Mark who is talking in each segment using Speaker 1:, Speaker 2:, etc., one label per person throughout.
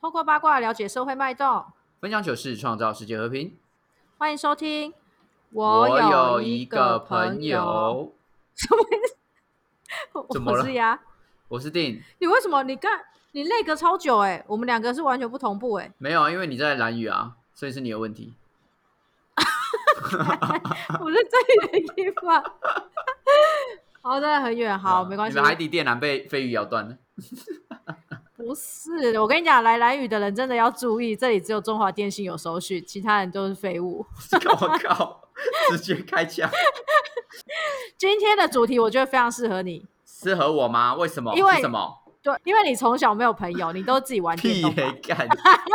Speaker 1: 透过八卦了解社会脉动。
Speaker 2: 分享糗事，创造世界和平。
Speaker 1: 欢迎收听。
Speaker 2: 有
Speaker 1: 有
Speaker 2: 一
Speaker 1: 个
Speaker 2: 朋
Speaker 1: 友，
Speaker 2: 友，
Speaker 1: 我
Speaker 2: 怎么
Speaker 1: 我
Speaker 2: 了
Speaker 1: 是呀？
Speaker 2: 我是定，
Speaker 1: 你为什么你刚你累个超久哎、我们两个是完全不同步哎、
Speaker 2: 没有啊，因为你在蓝屿啊，所以是你的问题。
Speaker 1: 我是最远的地方。 好，真的很远，好，
Speaker 2: 对啊
Speaker 1: 没关系
Speaker 2: 你。们海底电缆被飞鱼咬断了。
Speaker 1: 不是，我跟你讲，来蓝雨的人真的要注意，这里只有中华电信有收讯，其他人都是废物。
Speaker 2: 我靠，直接开枪，
Speaker 1: 今天的主题我觉得非常适合你，
Speaker 2: 适合我吗？为什么？
Speaker 1: 因为
Speaker 2: 什么？
Speaker 1: 对，因为你从小没有朋友，你都自己玩电
Speaker 2: 屁
Speaker 1: 动
Speaker 2: 嘞、
Speaker 1: 吧，
Speaker 2: 干！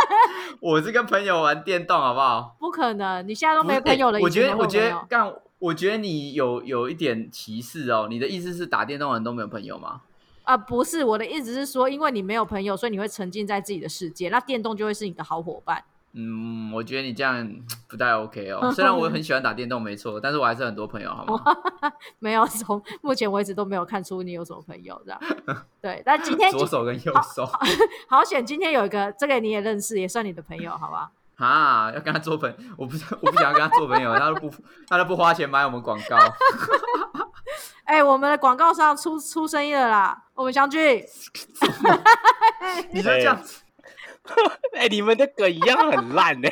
Speaker 2: 我是跟朋友玩电动，好不好？
Speaker 1: 不可能，你现在都
Speaker 2: 不是
Speaker 1: 没朋友了，
Speaker 2: 欸我
Speaker 1: 以前还
Speaker 2: 觉得，
Speaker 1: 会
Speaker 2: 我
Speaker 1: 有
Speaker 2: 觉
Speaker 1: 朋
Speaker 2: 得
Speaker 1: 友。
Speaker 2: 干，我觉得你有有一点歧视哦。你的意思是打电动的人都没有朋友吗？
Speaker 1: 啊、不是，我的意思是说，因为你没有朋友，所以你会沉浸在自己的世界，那电动就会是你的好伙伴。
Speaker 2: 嗯，我觉得你这样不太 OK 哦。 虽然我很喜欢打电动，没错，但是我还是很多朋友，好
Speaker 1: 哦
Speaker 2: 吗？
Speaker 1: 没有，从目前为止都没有看出你有什么朋友这样。 对，但今天
Speaker 2: 左手跟右手
Speaker 1: 好险，今天有一个这个你也认识，也算你的朋友，好吧？
Speaker 2: 啊，要跟他做朋，我不是我不想要跟他做朋友，他都不他都不花钱买我们广告，
Speaker 1: 哎、我们的广告商出出生意了啦，我们相聚。
Speaker 2: 你就这样子。
Speaker 3: 哎、你们的梗一样很烂呢、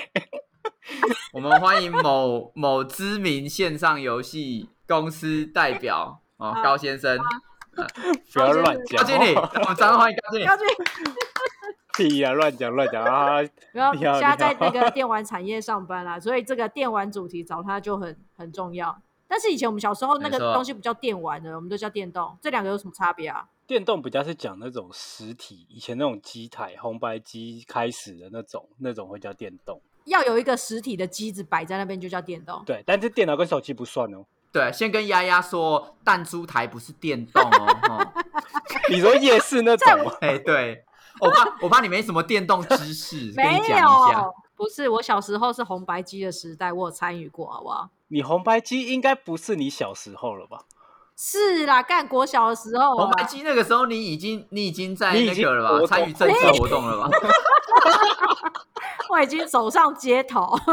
Speaker 2: 我们欢迎某某知名线上游戏公司代表哦，
Speaker 1: 好
Speaker 2: 高先生，
Speaker 3: 不要乱
Speaker 2: 高
Speaker 3: 讲
Speaker 2: 经理，
Speaker 3: 哦，
Speaker 2: 我们掌声欢迎高经理
Speaker 1: 相。聚，
Speaker 3: 屁呀、乱讲乱讲啊！
Speaker 1: 然后
Speaker 3: 你好
Speaker 1: 现在
Speaker 3: 你好
Speaker 1: 在那个电玩产业上班啦，所以这个电玩主题找他就很很重要。但是以前我们小时候那
Speaker 2: 没错
Speaker 1: 个东西不叫电玩的，我们都叫电动，这两个有什么差别啊？
Speaker 3: 电动比较是讲那种实体，以前那种机台红白机开始的那种，那种会叫电动。
Speaker 1: 要有一个实体的机子摆在那边就叫电动。
Speaker 3: 对，但是电脑跟手机不算哦。
Speaker 2: 对，先跟丫丫说，弹珠台不是电动哦。哦
Speaker 3: 你说夜市那种啊吗？
Speaker 2: 哎，对，我怕我怕你没什么电动知识，跟
Speaker 1: 没
Speaker 2: 你讲一下
Speaker 1: 有。，不是我小时候是红白机的时代，我有参与过，好不好？
Speaker 3: 你红白机应该不是你小时候了吧？
Speaker 1: 是啦，干国小的时候啊，
Speaker 2: 红白机那个时候，你已经你已经在
Speaker 3: 你已
Speaker 2: 那
Speaker 3: 经
Speaker 2: 个了吧？
Speaker 3: 活动
Speaker 2: 参与政治活动了吧？
Speaker 1: 我已经走上街头。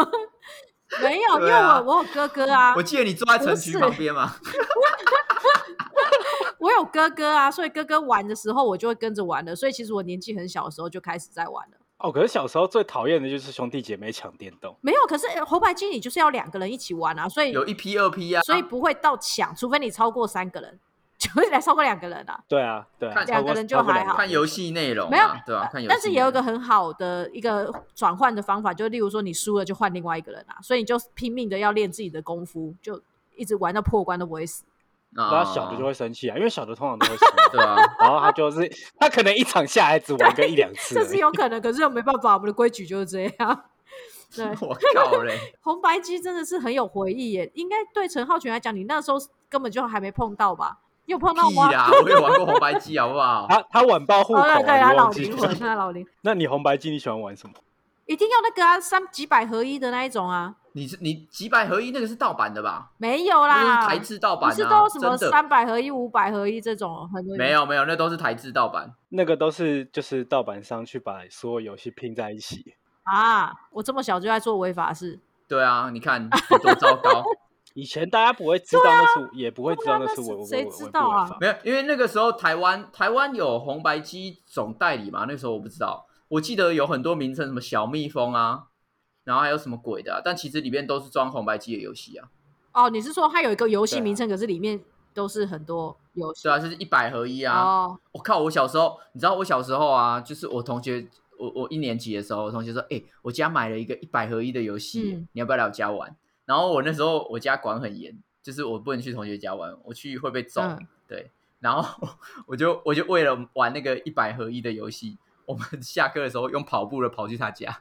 Speaker 1: 没有，因
Speaker 2: 对
Speaker 1: 为
Speaker 2: 啊
Speaker 1: 我我有哥哥啊，
Speaker 2: 我记得你坐在城
Speaker 1: 不
Speaker 2: 区
Speaker 1: 是
Speaker 2: 旁边嘛。
Speaker 1: 我有哥哥啊，所以哥哥玩的时候我就会跟着玩了。所以其实我年纪很小的时候就开始在玩了。
Speaker 3: 哦，可是小时候最讨厌的就是兄弟姐妹抢电动。
Speaker 1: 没有，可是呃红白机你就是要两个人一起玩啊，所以
Speaker 2: 有一批二批啊，
Speaker 1: 所以不会到抢，除非你超过三个人， 就是来超过两个人啊。
Speaker 3: 对啊，对啊，
Speaker 2: 看
Speaker 3: 超
Speaker 1: 两
Speaker 3: 过
Speaker 1: 个人就
Speaker 3: 超过
Speaker 1: 还
Speaker 3: 两个
Speaker 1: 好
Speaker 2: 看游戏内容啊，
Speaker 1: 没有呃
Speaker 2: 对吧、看游戏内容，
Speaker 1: 但是也有一个很好的一个转换的方法，就例如说你输了就换另外一个人啊，所以你就拼命的要练自己的功夫，就一直玩到破关都不会死。
Speaker 2: 啊，
Speaker 3: 然后小的就会生气啊，因为小的通常都会输。
Speaker 2: 对啊，
Speaker 3: 然后他就是他可能一场下来只玩个一两次
Speaker 1: 这
Speaker 3: 而
Speaker 1: 是
Speaker 2: 欸
Speaker 3: 已，
Speaker 1: 有可能，可是又没办法，我们的规矩就是这样。 对，
Speaker 2: 我靠 嘞，
Speaker 1: 红白机真的是很有回忆耶，应该对陈浩群来讲，你那时候根本就还没碰到吧？你有碰到
Speaker 2: 屁
Speaker 1: 吗？
Speaker 2: 啦，我也玩过红白机，好不好？
Speaker 3: 他他晚报户口、
Speaker 1: 哦，
Speaker 3: 啊，
Speaker 1: 对对，他
Speaker 3: 你
Speaker 1: 老
Speaker 3: 忘记
Speaker 1: 灵魂，他老灵，
Speaker 3: 那你红白机你喜欢玩什么？
Speaker 1: 一定要那个啊，三几百合一的那一种啊，
Speaker 2: 你是你几百合一那个是盗版的吧？
Speaker 1: 没有
Speaker 2: 那
Speaker 1: 啦，
Speaker 2: 是台制盗版、
Speaker 1: 不
Speaker 2: 啊，
Speaker 1: 是都有什么
Speaker 2: 真的？
Speaker 1: 三百合一、五百合一这种很多
Speaker 2: 没有没有，那都是台制盗版。
Speaker 3: 那个都是就是盗版商去把所有游戏拼在一起，
Speaker 1: 啊？我这么小就在做违法事，
Speaker 2: 对啊，你看有多 糟糕。
Speaker 3: 以前大家不会知道那是，也不会知道
Speaker 1: 对啊
Speaker 3: 那是
Speaker 1: 那是
Speaker 3: 违违
Speaker 1: 谁
Speaker 3: 违
Speaker 1: 知
Speaker 3: 违
Speaker 1: 道啊
Speaker 3: 违法。
Speaker 2: 没有，因为那个时候台湾台湾有红白机总代理嘛，那时候我不知道，我记得有很多名称，什么小蜜蜂啊，然后还有什么鬼的啊、但其实里面都是装红白机的游戏啊。
Speaker 1: 哦，你是说它有一个游戏
Speaker 3: 对啊
Speaker 1: 名称，可是里面都是很多游戏
Speaker 2: 对啊，就是一百合一啊。
Speaker 1: 哦，
Speaker 2: 我靠！我小时候，你知道我小时候啊，就是我同学，我我一年级的时候，我同学说：“哎、我家买了一个一百合一的游戏，
Speaker 1: 嗯
Speaker 2: 你要不要来我家玩？”然后我那时候我家管很严，就是我不能去同学家玩，我去会被揍。
Speaker 1: 嗯
Speaker 2: 对，然后我就我就为了玩那个一百合一的游戏，我们下课的时候用跑步的跑去他家，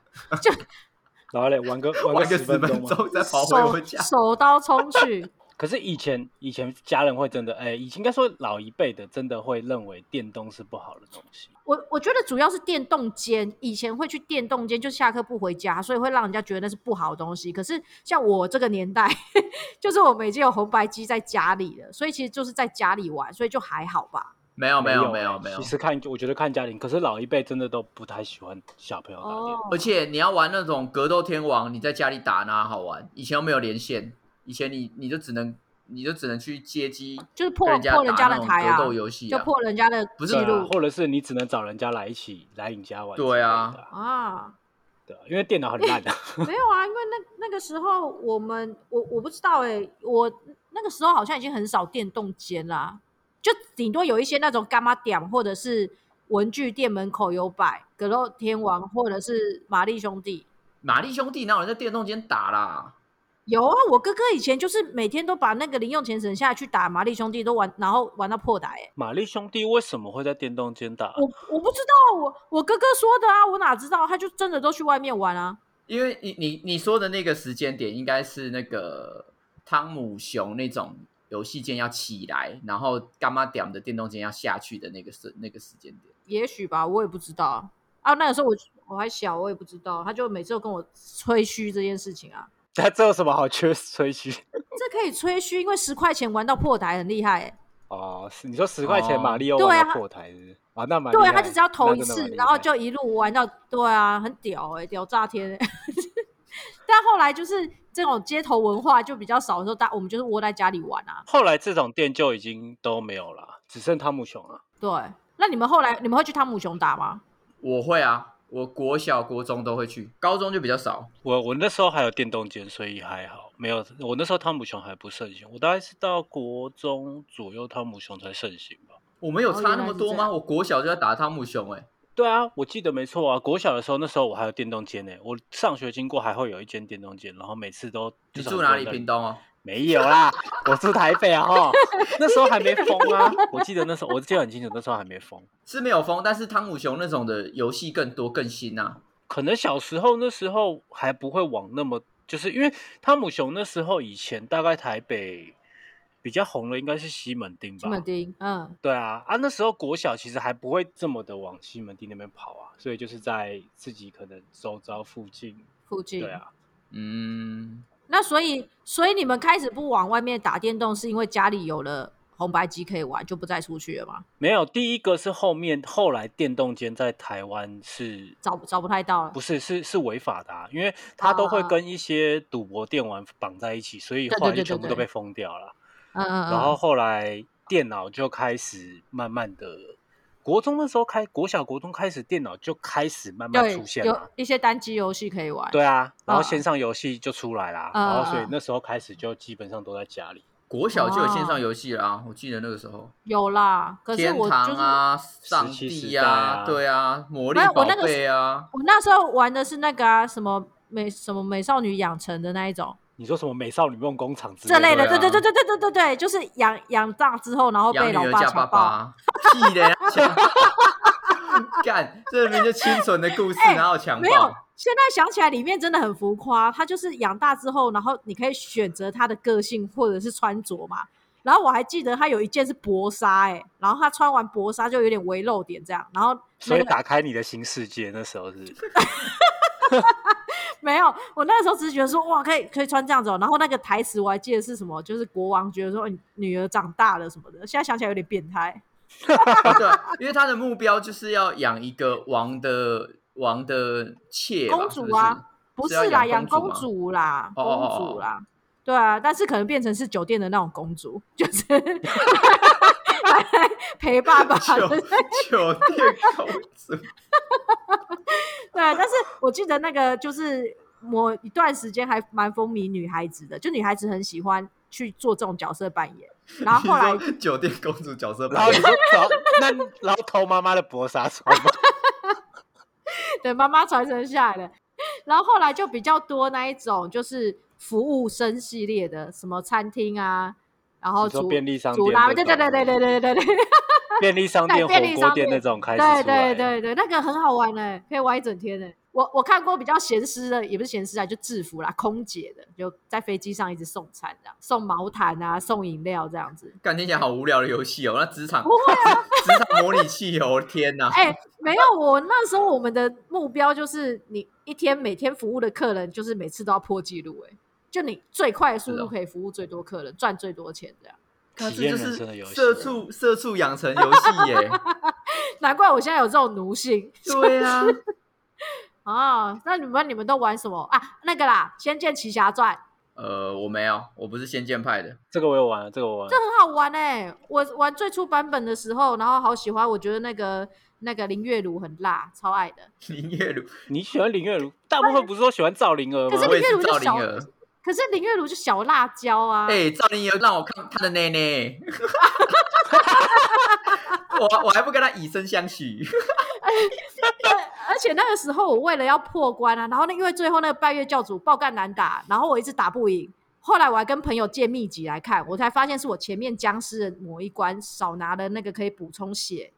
Speaker 3: 然后嘞，玩 个
Speaker 2: 玩
Speaker 3: 玩
Speaker 2: 个
Speaker 3: 十
Speaker 2: 十分
Speaker 3: 钟嘛。
Speaker 2: 钟，再跑回我家
Speaker 1: 手。
Speaker 3: 哦
Speaker 1: 手刀冲去，
Speaker 3: 可是以前以前家人会真的，哎，以前应该说老一辈的真的会认为电动是不好的东西。
Speaker 1: 我我觉得主要是电动间，以前会去电动间，就下课不回家，所以会让人家觉得那是不好的东西。可是像我这个年代， 就是我们已经有红白机在家里了，所以其实就是在家里玩，所以就还好吧。
Speaker 2: 没有没
Speaker 3: 有
Speaker 2: 没有
Speaker 3: 欸
Speaker 2: 没有
Speaker 3: 其，实看我觉得看家庭，可是老一辈真的都不太喜欢小朋友打电
Speaker 1: 哦
Speaker 2: 而，且你要玩那种格斗天王，你在家里打哪好玩？以前又没有连线，以前你你就只能你就只能去街机
Speaker 1: 就是破
Speaker 2: 跟人
Speaker 1: 破人
Speaker 2: 打
Speaker 1: 家
Speaker 2: 那
Speaker 1: 的
Speaker 2: 种
Speaker 1: 台啊
Speaker 2: 格斗，游戏
Speaker 1: 就
Speaker 2: 啊，
Speaker 1: 破人家的
Speaker 2: 不是
Speaker 1: 记
Speaker 2: 记
Speaker 3: 对啊
Speaker 1: 录
Speaker 3: 或者是你只能找人家来一起来你家玩之类的。
Speaker 2: 对啊
Speaker 1: 啊。
Speaker 3: 对啊，因为电脑很烂的。
Speaker 1: 没有啊，因为那那个时候我们我我不知道哎、我那个时候好像已经很少电动间啦，就顶多有一些那种干妈点或者是文具店门口有摆格斗天
Speaker 2: 嗯
Speaker 1: 王或者是玛丽兄弟。
Speaker 2: 玛丽兄弟哪有人在电动间打啦？
Speaker 1: 有啊，我哥哥以前就是每天都把那个零用钱省下来去打玛丽兄弟，都玩，然后玩到破打、欸。
Speaker 3: 玛丽兄弟为什么会在电动间打？
Speaker 1: 我我不知道，我我哥哥说的啊，我哪知道？他就真的都去外面玩啊。
Speaker 2: 因为你你你说的那个时间点，应该是那个汤姆熊那种游戏间要起来，然后干妈点的电动间要下去的那个时那个时间点。
Speaker 1: 也许吧，我也不知道啊。那个时候我我还小，我也不知道，他就每次都跟我吹嘘这件事情啊。
Speaker 3: 他这有什么好缺吹嘘？
Speaker 1: 这可以吹嘘，因为十块钱玩到破台很厉害、欸，
Speaker 3: 哦，是你说十块钱
Speaker 2: 哦
Speaker 3: 马里奥
Speaker 1: 对啊
Speaker 3: 玩到
Speaker 1: 他
Speaker 3: 破台是不是？啊，那蛮
Speaker 1: 对啊，
Speaker 3: 厉害
Speaker 1: 他就只要投一
Speaker 3: 那真的
Speaker 1: 次
Speaker 3: 蛮，厉
Speaker 1: 然后
Speaker 3: 害
Speaker 1: 就一路玩到，对啊，很屌哎、屌炸天、欸！ 但后来就是这种街头文化就比较少的时候，大我们就是窝在家里玩啊。
Speaker 3: 后来这种店就已经都没有了，只剩汤姆熊啊了。
Speaker 1: 对，那你们后来你们会去汤姆熊打吗？
Speaker 2: 我会啊，我国小国中都会去，高中就比较少。
Speaker 3: 我我那时候还有电动间，所以还好，没有。我那时候汤姆熊还不盛行，我大概是到国中左右汤姆熊才盛行吧。
Speaker 2: 我们有
Speaker 1: 哦
Speaker 2: 差那
Speaker 1: 原来
Speaker 2: 么
Speaker 1: 是
Speaker 2: 多
Speaker 1: 这
Speaker 2: 吗？
Speaker 1: 样
Speaker 2: 我国小就在打汤姆熊、欸，哎，
Speaker 3: 对啊，我记得没错啊。国小的时候，那时候我还有电动间呢、我上学经过还会有一间电动间，然后每次都
Speaker 2: 你
Speaker 3: 就是
Speaker 2: 住
Speaker 3: 很
Speaker 2: 哪
Speaker 3: 多
Speaker 2: 里？
Speaker 3: 人
Speaker 2: 屏东哦。
Speaker 3: 没有啦，我住台北啊。哦，那时候还没封啊。我记得那时候，我记得很清楚，那时候还没封。
Speaker 2: 是没有封，但是汤姆熊那种的游戏更多更新啊。
Speaker 3: 可能小时候那时候还不会往那么，就是因为汤姆熊那时候以前大概台北比较红的应该是西门町
Speaker 1: 西
Speaker 3: 吧。
Speaker 1: 门町，嗯，
Speaker 3: 对啊，啊那时候国小其实还不会这么的往西门町那边跑啊，所以就是在自己可能周遭附近。
Speaker 1: 附近。
Speaker 3: 对啊，
Speaker 2: 嗯，
Speaker 1: 那所以，所以你们开始不往外面打电动，是因为家里有了红白机可以玩，就不再出去了吗？
Speaker 3: 没有第一个是后面后来电动间在台湾是
Speaker 1: 找找不太到了
Speaker 3: 不。是是是违法的、啊，因为它都会
Speaker 1: 啊
Speaker 3: 跟一些赌博电玩绑在一起，所以
Speaker 1: 对
Speaker 3: 后来
Speaker 1: 对
Speaker 3: 就
Speaker 1: 对对
Speaker 3: 全部都
Speaker 1: 对
Speaker 3: 被封掉了。
Speaker 1: 嗯嗯嗯。
Speaker 3: 然后后来电脑就开始慢慢的，国中的时候开，国小国中开始电脑就开始慢慢
Speaker 1: 对，
Speaker 3: 出现
Speaker 1: 有
Speaker 3: 了。
Speaker 1: 一些单机游戏可以玩。
Speaker 3: 对啊，然后
Speaker 1: 嗯
Speaker 3: 线上游戏就出来啦，然后所以
Speaker 1: 嗯
Speaker 3: 那时候开始就基本上都在家里。
Speaker 2: 国小就有线上游戏啦、我记得那个时候，
Speaker 1: 有啦，可是
Speaker 2: 天
Speaker 1: 我就
Speaker 2: 堂
Speaker 1: 是、
Speaker 2: 啊、上帝
Speaker 3: 时代啊
Speaker 2: 对啊，魔力
Speaker 1: 没有
Speaker 2: 宝
Speaker 1: 我那个
Speaker 2: 贝啊，
Speaker 1: 我那时候玩的是那个啊，什么美什么美少女养成的那一种
Speaker 3: 你说什么美少女梦工厂之
Speaker 1: 这类
Speaker 3: 的？
Speaker 1: 的，
Speaker 2: 对
Speaker 1: 对
Speaker 2: 啊
Speaker 1: 对对对对对对对，就是养养大之后，然后
Speaker 2: 养
Speaker 1: 被
Speaker 2: 女
Speaker 1: 老
Speaker 2: 儿
Speaker 1: 爸
Speaker 2: 嫁
Speaker 1: 强
Speaker 2: 爸
Speaker 1: 暴。
Speaker 2: 爸，屁的，强 干，这里面就清纯的故事，
Speaker 1: 哎
Speaker 2: 然后强
Speaker 1: 没有
Speaker 2: 暴，，
Speaker 1: 现在想起来里面真的很浮夸。他就是养大之后，然后你可以选择他的个性或者是穿着嘛。然后我还记得他有一件是薄纱，哎，然后他穿完薄纱就有点微露点这样，然后 那
Speaker 3: 所以
Speaker 1: 个
Speaker 3: 打开你的新世界，那时候是
Speaker 1: 没有，我那时候只是觉得说，哇，可以可以穿这样子、哦。然后那个台词我还记得是什么，就是国王觉得说你女儿长大了什么的。现在想起来有点变态。
Speaker 2: 对，啊因为他的目标就是要养一个王的王的妾吧
Speaker 1: 公主啊，不
Speaker 2: 是要
Speaker 1: 是啦，
Speaker 2: 养
Speaker 1: 养公
Speaker 2: 公主
Speaker 1: 主啦，
Speaker 2: 哦哦哦哦
Speaker 1: 公主啦，对啊，但是可能变成是酒店的那种公主，就是陪爸爸。
Speaker 2: 是 不是酒酒店公主。
Speaker 1: 对，但是我记得那个就是某一段时间还蛮风靡女孩子的，就女孩子很喜欢去做这种角色扮演。 然后后来
Speaker 2: 你说酒店公主角色扮
Speaker 3: 然后你
Speaker 2: 演，
Speaker 3: 说找那然后偷妈妈的薄纱穿吗？
Speaker 1: 对，妈妈传承下来的。然后后来就比较多那一种，就是服务生系列的，什么餐厅啊，然后
Speaker 3: 你说
Speaker 1: 煮
Speaker 3: 便利商
Speaker 1: 煮
Speaker 3: 店
Speaker 1: 拉面，
Speaker 3: 这
Speaker 1: 对对对
Speaker 3: 种
Speaker 1: 对对对对对
Speaker 3: 便利商店、
Speaker 1: 对便利
Speaker 3: 火
Speaker 1: 商
Speaker 3: 锅店那
Speaker 1: 店
Speaker 3: 种开始
Speaker 1: 对
Speaker 3: 出来
Speaker 1: 对，对对，那个很好玩哎、可以玩一整天哎、我我看过比较咸湿的，也不是咸湿啊，就制服啦，空姐的，就在飞机上一直送餐这样，送毛毯啊，送饮料这样子。
Speaker 2: 干听起来好无聊的游戏哦。那职场
Speaker 1: 不会啊，
Speaker 2: 职场模拟器哦，天哪！
Speaker 1: 哎、没有，我那时候我们的目标就是，你一天每天服务的客人，就是欸每次都要破纪录，哎，就你最快的速
Speaker 2: 是哦
Speaker 1: 度可以服务最多客人，赚最多钱这样。
Speaker 2: 看
Speaker 3: 体
Speaker 2: 这
Speaker 3: 验
Speaker 2: 就
Speaker 3: 人生的
Speaker 2: 是
Speaker 3: 游戏
Speaker 2: 社畜社畜养成游戏 耶。
Speaker 1: 难怪我现在有这种奴性
Speaker 2: 对啊，
Speaker 1: 啊！那你们你们都玩什么啊？那个啦，《仙剑奇侠传》
Speaker 2: 呃，我没有，我不是仙剑派的。
Speaker 3: 这个我有玩，啊这个我玩
Speaker 1: 这。很好玩哎、我玩最初版本的时候，然后好喜欢，我觉得那个那个林月如很辣，超爱的。
Speaker 2: 林月如，
Speaker 3: 你喜欢林月如？大部分不是都喜欢赵灵儿
Speaker 1: 可
Speaker 3: 吗
Speaker 1: 是？
Speaker 2: 我
Speaker 1: 林月
Speaker 2: 也是
Speaker 1: 如就
Speaker 2: 赵灵
Speaker 1: 小，
Speaker 2: 儿。
Speaker 1: 可是林月如就小辣椒啊。
Speaker 2: 哎、赵丽颖让我看她的内内， 我我还不跟她以身相许。
Speaker 1: 而且那个时候我为了要破关啊，然后那因为最后那个拜月教主爆干难打，然后我一直打不赢。后来我还跟朋友借秘籍来看，我才发现是我前面僵尸的某一关少拿了那个可以补充血、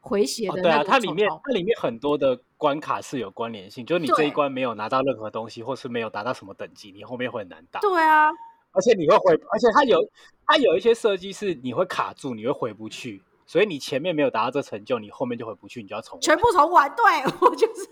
Speaker 1: 回血
Speaker 3: 哦
Speaker 1: 的
Speaker 3: 对
Speaker 1: 那
Speaker 3: 啊，
Speaker 1: 个、
Speaker 3: 它里面它里面很多的关卡是有关联性，就是你这
Speaker 1: 对
Speaker 3: 一关没有拿到任何东西，或是没有达到什么等级，你后面会很难打。
Speaker 1: 对啊，
Speaker 3: 而且你会回，而且它有它有一些设计是你会卡住，你会回不去，所以你前面没有达到这成就，你后面就回不去，你就要重
Speaker 1: 全
Speaker 3: 玩。
Speaker 1: 部重玩。对 我就是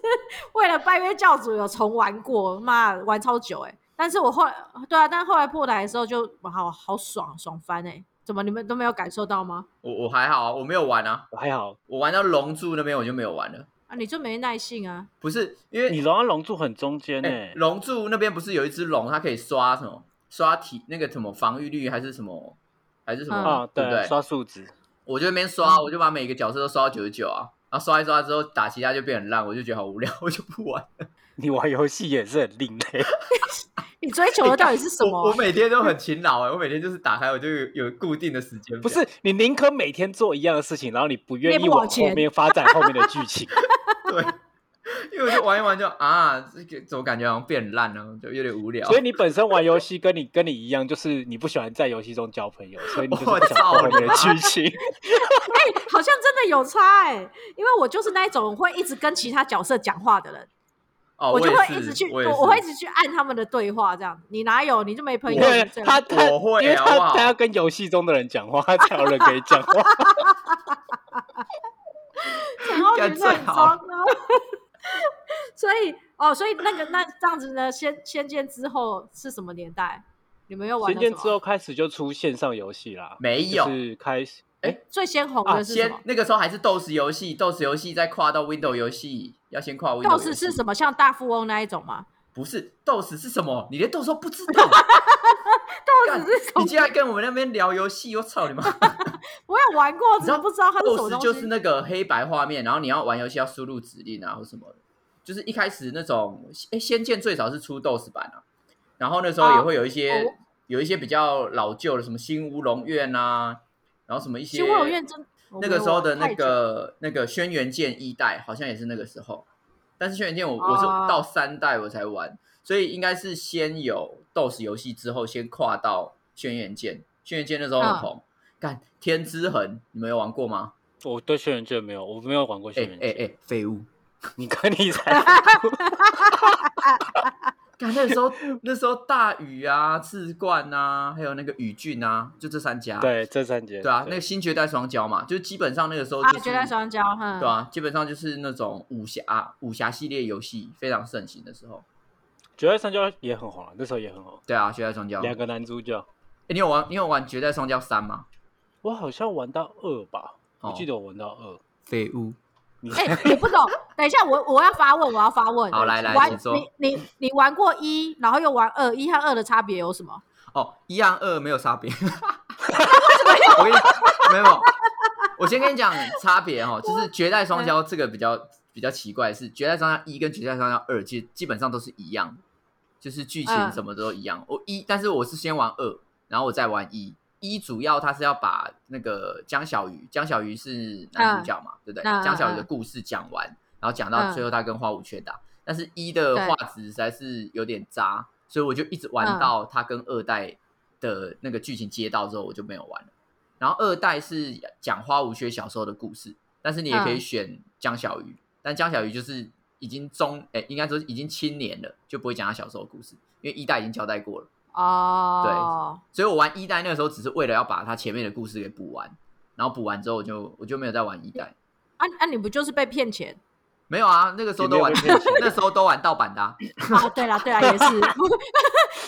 Speaker 1: 为了拜月教主有重玩过，妈玩超久哎、但是我后来对啊，但后来破台的时候就哇好好爽爽翻哎、怎么你们都没有感受到吗？
Speaker 2: 我我还好啊，我没有玩啊，
Speaker 3: 还好，
Speaker 2: 我玩到龙柱那边我就没有玩了。
Speaker 1: 啊，你就没耐性啊。
Speaker 2: 不是因为
Speaker 3: 你龙安龙柱很中间呢、欸
Speaker 2: 哎龙、柱那边不是有一只龙，它可以刷什么刷体那个什么防御率还是什么还是什么、
Speaker 1: 嗯
Speaker 3: 啊，
Speaker 2: 对不对？
Speaker 3: 刷数值，
Speaker 2: 我就那边刷，我就把每个角色都刷到九十九啊，然后刷一刷之后打其他就变很烂，我就觉得好无聊， 我就不玩。
Speaker 3: 你玩游戏也是很另类。
Speaker 1: 你追求的到底是什么啊、
Speaker 2: 我我每天都很勤劳哎、我每天就是打开我就有有固定的时间表，
Speaker 3: 不是你宁可每天做一样的事情，然后你不
Speaker 1: 也
Speaker 3: 愿
Speaker 1: 不
Speaker 3: 意
Speaker 1: 往
Speaker 3: 往后
Speaker 1: 前
Speaker 3: 面发展后面的剧 情。
Speaker 2: 对，因为我就玩一玩就啊，这个怎么感觉好像变很烂了，就有点无聊。
Speaker 3: 所以你本身玩游戏跟你跟你一样，就是你不喜欢在游戏中交朋友，所以你就是
Speaker 2: 我
Speaker 3: 不想
Speaker 2: 操
Speaker 3: 后面
Speaker 2: 你
Speaker 3: 的
Speaker 2: 妈
Speaker 3: 剧情。
Speaker 1: 哎、好像真的有差哎、因为我就是那一种会一直跟其他角色讲话的人，
Speaker 2: 哦，
Speaker 1: 就
Speaker 2: 也
Speaker 1: 会
Speaker 2: 是
Speaker 1: 一直去，
Speaker 2: 我
Speaker 1: 我
Speaker 2: 也
Speaker 1: 会一
Speaker 2: 是
Speaker 1: 直去按他们的对话，这样你哪有，你就没朋友。
Speaker 3: 对
Speaker 1: 你这样
Speaker 3: 他他，
Speaker 2: 我会
Speaker 3: 因为
Speaker 2: 好不
Speaker 3: 他
Speaker 2: 好
Speaker 3: 他要跟游戏中的人讲话，他才有人可以讲 话。
Speaker 1: 然后
Speaker 2: 干
Speaker 1: 你是很
Speaker 2: 最
Speaker 1: 糟
Speaker 2: 好
Speaker 1: 糕。 所以哦，所以那个那这样子呢，仙仙剑之后是什么年代？你们又玩
Speaker 3: 仙
Speaker 1: 了
Speaker 3: 剑
Speaker 1: 什么
Speaker 3: 之后开始就出线上游戏啦，
Speaker 2: 没有
Speaker 3: 就是开始
Speaker 1: 最先红的是什
Speaker 2: 啊先
Speaker 1: 么？
Speaker 2: 那个时候还是 DOS 游戏，DOS 游戏再跨到 Windows 游戏，要先跨 Windows 游
Speaker 1: DOS
Speaker 2: 戏。
Speaker 1: 是什么？像大富翁那一种吗？
Speaker 2: 不是 DOS 是什么？你连 DOS 都不知 道
Speaker 1: DOS
Speaker 2: 干
Speaker 1: 是什
Speaker 2: 你
Speaker 1: 么？
Speaker 2: 竟然跟我们那边聊游戏，我操 你妈
Speaker 1: 我有玩过，
Speaker 2: 你
Speaker 1: 只
Speaker 2: 知道
Speaker 1: 是不知道它是什么东西。
Speaker 2: ！DOS 就是那个黑白画面，然后你要玩游戏要输入指令啊或什么的，就是一开始那种，哎，《仙剑》最早是出 DOS 版啊，然后那时候也会有一些、
Speaker 1: 哦
Speaker 2: 有一些比较老旧的，什么《新乌龙院》啊，然后什么一些
Speaker 1: 新闻院真
Speaker 2: 那个时候的那
Speaker 1: 太久了
Speaker 2: 个那个《轩辕剑》一代好像也是那个时候，但是《轩辕剑》我我是
Speaker 1: 哦
Speaker 2: 到三代我才玩，所以应该是先有 DOS 游戏之后先跨到《轩辕剑》，《轩辕剑》那时候
Speaker 1: 嗯
Speaker 2: 很红。看《天之痕》，你们有玩过吗？
Speaker 3: 我对轩辕剑没有，我没有玩过轩
Speaker 2: 哎
Speaker 3: 辕
Speaker 2: 哎
Speaker 3: 剑。
Speaker 2: 哎，废物！
Speaker 3: 你看你才
Speaker 2: 看那时候， 那时候大禹啊、志冠啊，还有那个宇俊啊，就这三家。
Speaker 3: 对这三节
Speaker 2: 对啊，那个新绝代双骄嘛，就基本上那个时候
Speaker 1: 啊
Speaker 2: 就，是
Speaker 1: 绝代双骄，哈，
Speaker 2: 对啊，基本上就是那种武侠武侠系列游戏非常盛行的时候。
Speaker 3: 绝代三角也很红啊，那时候也很红。
Speaker 2: 对啊，绝代双骄。哎
Speaker 3: 两个男主角，
Speaker 2: 诶你有玩你有玩绝代双骄三吗？
Speaker 3: 我好像玩到二吧，
Speaker 2: 哦
Speaker 3: 我记得我玩到二。
Speaker 2: 废物。
Speaker 3: 你
Speaker 1: 哎、我不懂，等一下我我要发问，我要发问。
Speaker 2: 好来来
Speaker 1: 玩
Speaker 2: 请说
Speaker 1: 你你你玩过一，然后又玩二，一和二的差别有什么？
Speaker 2: 哦，一和二没有差别。 我跟你没有，我先跟你讲差别哦，就是绝代双
Speaker 1: 嗯
Speaker 2: 骄这个比较比较奇怪的是，绝代双骄一跟绝代双骄二基基本上都是一样的，就是剧情
Speaker 1: 嗯
Speaker 2: 什么都一样。我一，但是我是先玩二，然后我再玩一。一主要它是要把那个江小鱼，江小鱼是男主角嘛，对不对？
Speaker 1: 嗯嗯
Speaker 2: 江小鱼的故事讲完，然后讲到
Speaker 1: 嗯
Speaker 2: 最后他跟花无缺打，但是一的
Speaker 1: 对
Speaker 2: 画质实在是有点渣，所以我就一直玩
Speaker 1: 嗯
Speaker 2: 到它跟二代的那个剧情接到之后，我就没有玩了。然后二代是讲花无缺小时候的故事，但是你也可以
Speaker 1: 嗯
Speaker 2: 选江小鱼，但江小鱼就是已经中，哎、应该说已经青年了，就不会讲他小时候的故事，因为一代已经交代过了。
Speaker 1: 哦，
Speaker 2: 所以我玩一代那个时候只是为了要把他前面的故事给补完，然后补完之后我就我就没有再玩一代。
Speaker 1: 啊啊，你不就是被骗钱？
Speaker 2: 没有啊，那个时候都玩
Speaker 3: 也没有被骗钱，
Speaker 2: 那时候都玩盗版的啊、
Speaker 1: 啊，对啦对啦，也是，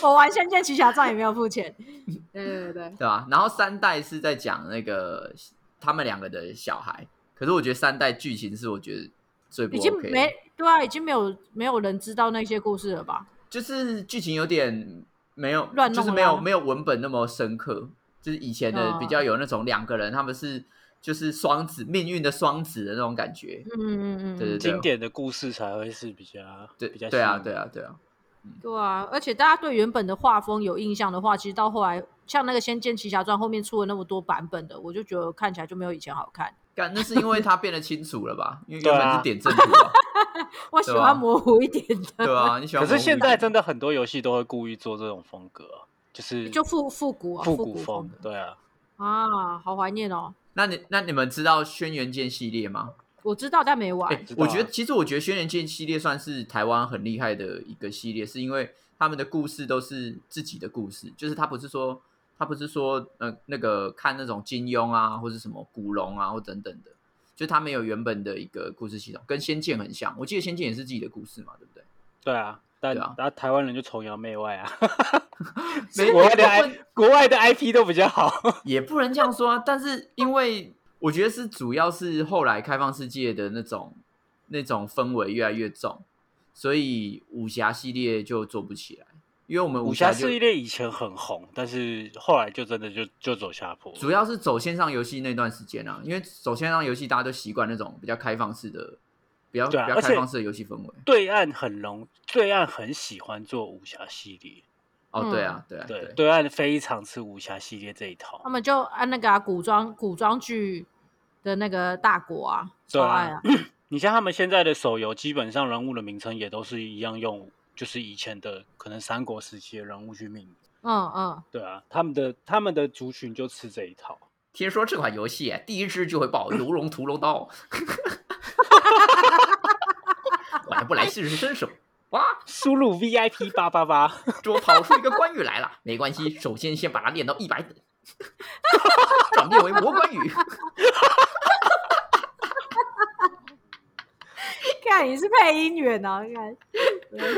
Speaker 1: 我玩《仙剑奇侠传》也没有付钱。 对对对对，
Speaker 2: 对吧？然后三代是在讲那个他们两个的小孩，可是我觉得三代剧情是我觉得最不
Speaker 1: 已经
Speaker 2: OK，的
Speaker 1: 没对啊，已经没有没有人知道那些故事了吧？
Speaker 2: 就是剧情有点没有
Speaker 1: 乱弄
Speaker 2: 就是没有
Speaker 1: 啦
Speaker 2: 没有文本那么深刻，就是以前的
Speaker 1: 嗯
Speaker 2: 比较有那种两个人他们是就是双子命运的双子的那种感觉，
Speaker 1: 嗯嗯嗯，
Speaker 2: 对对对啊
Speaker 3: 经典的故事才会是比较
Speaker 2: 对
Speaker 3: 比较
Speaker 2: 对啊
Speaker 3: 吸
Speaker 2: 对
Speaker 3: 引
Speaker 2: 啊对啊，
Speaker 1: 对啊，而且大家对原本的画风有印象的话，其实到后来，像那个《仙剑奇侠传》后面出了那么多版本的，我就觉得看起来就没有以前好看。
Speaker 2: 但那是因为它变得清楚了吧？因为
Speaker 3: 对
Speaker 2: 原
Speaker 3: 啊
Speaker 2: 本是点阵图啊，
Speaker 1: 我喜
Speaker 2: 对啊
Speaker 1: 欢模糊一点的，
Speaker 2: 对啊，你喜欢
Speaker 3: 可
Speaker 2: 模
Speaker 3: 是
Speaker 2: 糊
Speaker 3: 现
Speaker 2: 一
Speaker 3: 在
Speaker 2: 点
Speaker 3: 真的很多游戏都会故意做这种风格啊，就是
Speaker 1: 就复复古啊，
Speaker 3: 复
Speaker 1: 古
Speaker 3: 古风，对啊，
Speaker 1: 啊，好怀念哦。
Speaker 2: 那你那你们知道《轩辕剑》系列吗？
Speaker 1: 我知道，但没玩。
Speaker 2: 哎、
Speaker 3: 知道
Speaker 2: 我
Speaker 3: 啊
Speaker 2: 觉得其实我觉得《轩辕剑》系列算是台湾很厉害的一个系列，是因为他们的故事都是自己的故事，就是他不是说他不是说呃那个看那种金庸啊，或是什么古龙啊，或等等的，就他没有原本的一个故事系统，跟《仙剑》很像。我记得《仙剑》也是自己的故事嘛，对不对？
Speaker 3: 对啊，但
Speaker 2: 对啊
Speaker 3: 那台湾人就崇洋媚外啊，
Speaker 2: 没
Speaker 3: 国外的
Speaker 2: 也不
Speaker 3: I 国外的 IP 都比较好，
Speaker 2: 也不能这样说啊，但是因为我觉得是主要是后来开放世界的那种那种氛围越来越重，所以武侠系列就做不起来，因为我们
Speaker 3: 武
Speaker 2: 武
Speaker 3: 侠
Speaker 2: 侠就
Speaker 3: 系列以前很红，但是后来就真的就就走下坡，
Speaker 2: 主要是走线上游戏那段时间啊，因为走线上游戏大家都习惯那种比较开放式的。比较比
Speaker 3: 对啊
Speaker 2: 较
Speaker 3: 而且
Speaker 2: 开放式的游戏氛围
Speaker 3: 对岸很容，对岸很喜欢做武侠系列，
Speaker 2: 哦，
Speaker 1: 嗯
Speaker 2: 对啊，对啊，
Speaker 3: 对，
Speaker 2: 对，
Speaker 3: 对岸非常吃武侠系列这一套
Speaker 1: 他，们就按那个、啊、古装古装剧的那个大国啊，
Speaker 3: 对
Speaker 1: 超爱
Speaker 3: 啊
Speaker 1: 啊，，
Speaker 3: 你像他们现在的手游，基本上人物的名称也都是一样用，就是以前的可能三国时期的人物去命名，
Speaker 1: 嗯嗯，
Speaker 3: 对啊，他们的他们的族群就吃这一套。
Speaker 2: 听说这款游戏啊第一支就会爆《如龙屠龙刀》，我还不来试试身手，哇！
Speaker 3: 输入 VIP 八八八，
Speaker 2: 我跑出一个关羽来了， 没关系，首先先把它练到一百等， 转变为魔关羽。
Speaker 1: 看你是配音员啊，看。嗯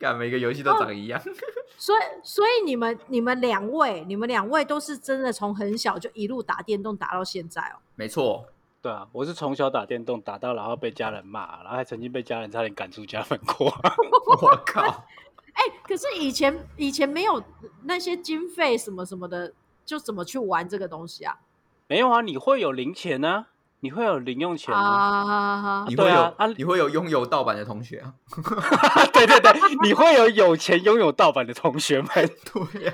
Speaker 2: 干每个游戏都长一
Speaker 3: 哦
Speaker 2: 样，
Speaker 1: 所以，所以你们、你们两位、你们两位都是真的从很小就一路打电动打到现在哦。
Speaker 2: 没错，
Speaker 3: 对啊，我是从小打电动打到，然后被家人骂，然后还曾经被家人差点赶出家门过。
Speaker 2: 我靠，
Speaker 1: 哎、可是以前以前没有那些经费什么什么的，就怎么去玩这个东西啊？
Speaker 3: 没有啊，你会有零钱啊，你会有零用钱啊，
Speaker 1: 啊，
Speaker 2: 你会
Speaker 3: 对
Speaker 2: 有、
Speaker 3: 啊啊
Speaker 2: 你会有拥有盗版的同学啊？
Speaker 3: 对对对，你会有有钱拥有盗版的同学们，
Speaker 2: 对
Speaker 3: 啊
Speaker 2: 呀、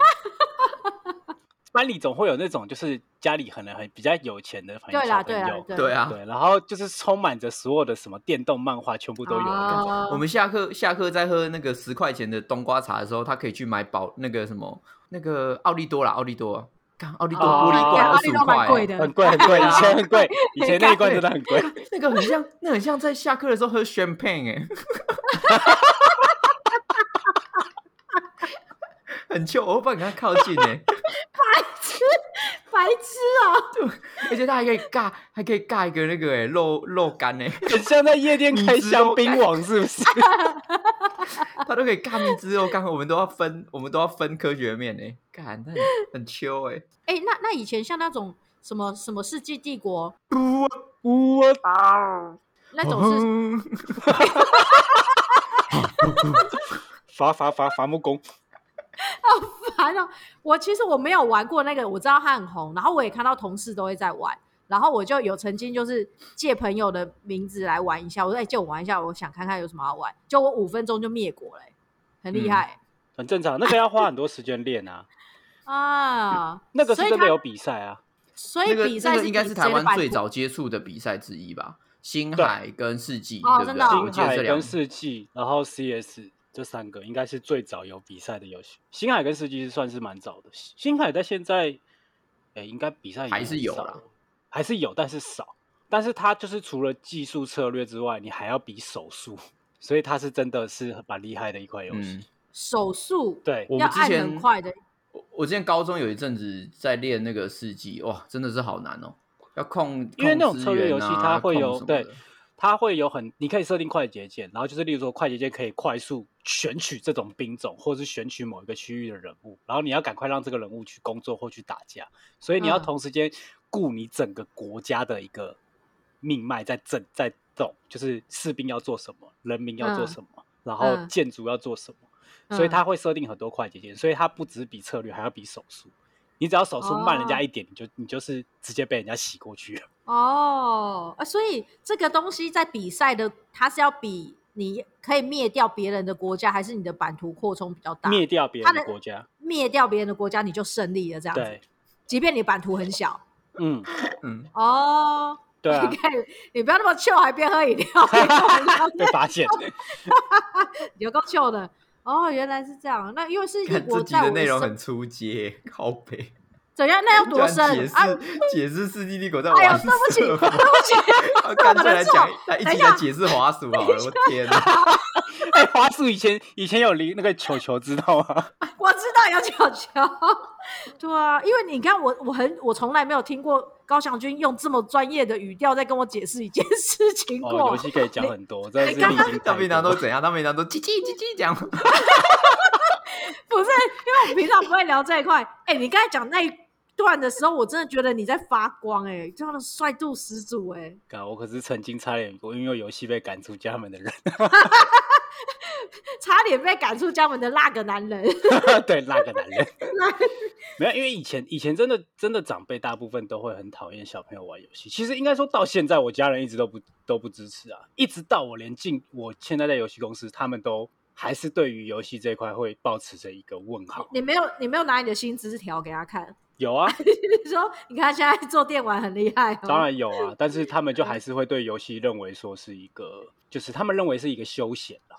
Speaker 3: 班里总会有那种就是家里可能很比较有钱的朋友
Speaker 1: 对
Speaker 3: 小
Speaker 1: 啦，
Speaker 3: 朋
Speaker 1: 对啦
Speaker 3: 友，，
Speaker 2: 对啊。
Speaker 3: 对，然后就是充满着所有的什么电动漫画，全部都有的那种。
Speaker 1: 啊
Speaker 2: 我们下课下课在喝那个十块钱的冬瓜茶的时候，他可以去买宝那个什么那个奥利多啦，奥利多，看奥利多
Speaker 3: 哦
Speaker 2: 玻璃罐
Speaker 3: 对
Speaker 2: 二
Speaker 1: 奥
Speaker 2: 十
Speaker 1: 利
Speaker 2: 五
Speaker 1: 多蛮
Speaker 2: 块
Speaker 1: 贵
Speaker 2: 欸，
Speaker 1: 的，
Speaker 3: 很贵很贵，以前很贵，以前那一罐真的很贵。
Speaker 2: 那个很像那很像在下课的时候喝 champagne 哎、很臭，我不敢跟他靠近哎、
Speaker 1: 白痴啊！
Speaker 2: 而且他还可以尬，还可以尬一个那个哎、肉肉干哎、
Speaker 3: 很像在夜店开香槟网是不是？
Speaker 2: 他都可以尬蜜汁肉干，我们都要分，我们都要分科学面哎、干，那很很秋哎、
Speaker 1: 哎、那那以前像那种什么什么世纪帝国
Speaker 3: 我
Speaker 1: 那种是，
Speaker 3: 罚罚罚伐木 工，
Speaker 1: 烦哦。我其实我没有玩过那个，我知道它很红，然后我也看到同事都会在玩，然后我就有曾经就是借朋友的名字来玩一下，我说哎、借我玩一下，我想看看有什么好玩，就我五分钟就灭国嘞、很厉害、欸
Speaker 3: 很正常。那个要花很多时间练啊，
Speaker 1: 啊！
Speaker 3: 那个是
Speaker 1: 所以
Speaker 3: 真的
Speaker 1: 它
Speaker 3: 有比赛啊。
Speaker 1: 所
Speaker 2: 那
Speaker 1: 以
Speaker 2: 个
Speaker 1: 比赛
Speaker 2: 那个应该
Speaker 1: 比
Speaker 2: 是
Speaker 1: 谁
Speaker 2: 台
Speaker 1: 的
Speaker 2: 湾
Speaker 1: 版
Speaker 2: 最
Speaker 1: 图
Speaker 2: 早接触的比赛之一吧，星海跟世纪，
Speaker 1: 哦
Speaker 2: 对不
Speaker 1: 真
Speaker 2: 对？
Speaker 1: 的哦
Speaker 2: 我
Speaker 3: 星
Speaker 2: 记得
Speaker 3: 海
Speaker 2: 这两
Speaker 3: 跟
Speaker 2: 个。
Speaker 3: 世纪，然后 CS 这三个应该是最早有比赛的游戏。星海跟世纪是算是蛮早的，星海在现在，哎，应该比赛也
Speaker 2: 还是
Speaker 3: 很
Speaker 2: 有
Speaker 3: 少
Speaker 2: 啦，
Speaker 3: 还是有，但是少。但是它就是除了技术策略之外，你还要比手速，所以它是真的是蛮厉害的一款游戏。
Speaker 2: 嗯
Speaker 1: 手速，
Speaker 3: 对，
Speaker 2: 我
Speaker 1: 要
Speaker 2: 们之
Speaker 1: 按
Speaker 2: 前
Speaker 1: 很快的，
Speaker 2: 我我之前高中有一阵子在练那个世纪，哇，真的是好难哦，要控，
Speaker 3: 因为那
Speaker 2: 控
Speaker 3: 种
Speaker 2: 资
Speaker 3: 策略
Speaker 2: 源
Speaker 3: 游戏
Speaker 2: 啊
Speaker 3: 它会
Speaker 2: 控
Speaker 3: 有
Speaker 2: 什么
Speaker 3: 对
Speaker 2: 的，
Speaker 3: 它会有很，你可以设定快捷键，然后就是例如说快捷键可以快速选取这种兵种，或者是选取某一个区域的人物，然后你要赶快让这个人物去工作或去打架，所以你要
Speaker 1: 嗯
Speaker 3: 同时间顾你整个国家的一个命脉在正在动，就是士兵要做什么，人民要做
Speaker 1: 嗯
Speaker 3: 什么，然后
Speaker 1: 嗯
Speaker 3: 建筑要做什么。所以
Speaker 1: 嗯
Speaker 3: 它会设定很多快捷键，所以它不只比策略，还要比手速。你只要手速慢人家
Speaker 1: 哦
Speaker 3: 一点，你就你就是直接被人家洗过去了。
Speaker 1: 哦，啊，所以这个东西在比赛的，它是要比你可以灭掉别人的国家，还是你的版图扩充比较大？
Speaker 3: 灭掉别人
Speaker 1: 它
Speaker 3: 的
Speaker 1: 的
Speaker 3: 国家。
Speaker 1: 灭掉别人的国家，你就胜利了，这样子。
Speaker 3: 对，
Speaker 1: 即便你版图很小
Speaker 3: 嗯，
Speaker 2: 嗯，
Speaker 1: 哦，
Speaker 3: 对啊
Speaker 1: 你，看，你不要那么糗，还边喝饮料，边跟我聊
Speaker 3: 被发现。
Speaker 1: 有够糗的。哦，原来是这样。那因为是异
Speaker 2: 看
Speaker 1: 国
Speaker 2: 这集
Speaker 1: 在我
Speaker 2: 的
Speaker 1: 们
Speaker 2: 内容
Speaker 1: 身
Speaker 2: 很出街，靠北，
Speaker 1: 怎样？那要
Speaker 2: 居
Speaker 1: 多
Speaker 2: 然
Speaker 1: 深
Speaker 2: 解释、
Speaker 1: 啊？
Speaker 2: 解释《世纪帝国》在
Speaker 1: 哎呦，
Speaker 2: 玩
Speaker 1: 对不起，对
Speaker 2: 色魔
Speaker 1: 不起，
Speaker 2: 啊干脆来讲，来一
Speaker 1: 等一
Speaker 2: 起
Speaker 1: 下
Speaker 2: 来解释滑鼠好了，我天哪！
Speaker 3: 哎，华叔以前以前有离那个球球，知道吗？
Speaker 1: 我知道有巧 巧，对啊，因为你看我，我很我从来没有听过高翔君用这么专业的语调在跟我解释一件事情
Speaker 3: 哦，
Speaker 1: 过。
Speaker 3: 游戏可以讲很多，真的
Speaker 2: 哎
Speaker 3: 是
Speaker 2: 刚
Speaker 3: 历
Speaker 2: 刚
Speaker 3: 经
Speaker 2: 他
Speaker 3: 太
Speaker 2: 平常都
Speaker 3: 多。
Speaker 2: 怎样？他平常都叽叽叽叽讲，
Speaker 1: 不是，因为我平常不会聊这一块。哎、你刚才讲那一段的时候，我真的觉得你在发光、哎，这样的帅度十足、哎，
Speaker 3: 干我可是曾经差点因为游戏被赶出家门的人。
Speaker 1: 差点被赶出家门的那个男人。
Speaker 3: 对，那个男人。没有，因为以前以前真的真的长辈大部分都会很讨厌小朋友玩游戏。其实应该说到现在，我家人一直都不都不支持啊，一直到我连进我现在在游戏公司，他们都还是对于游戏这一块会保持着一个问号。
Speaker 1: 你没有，你没有拿你的薪资条给他看，
Speaker 3: 有啊，
Speaker 1: 你说你看现在做电玩很厉害、哦，
Speaker 2: 嗯
Speaker 3: 当然有啊，但是他们就还是会对游戏认为说是一个，就是他们认为是一个休闲啦。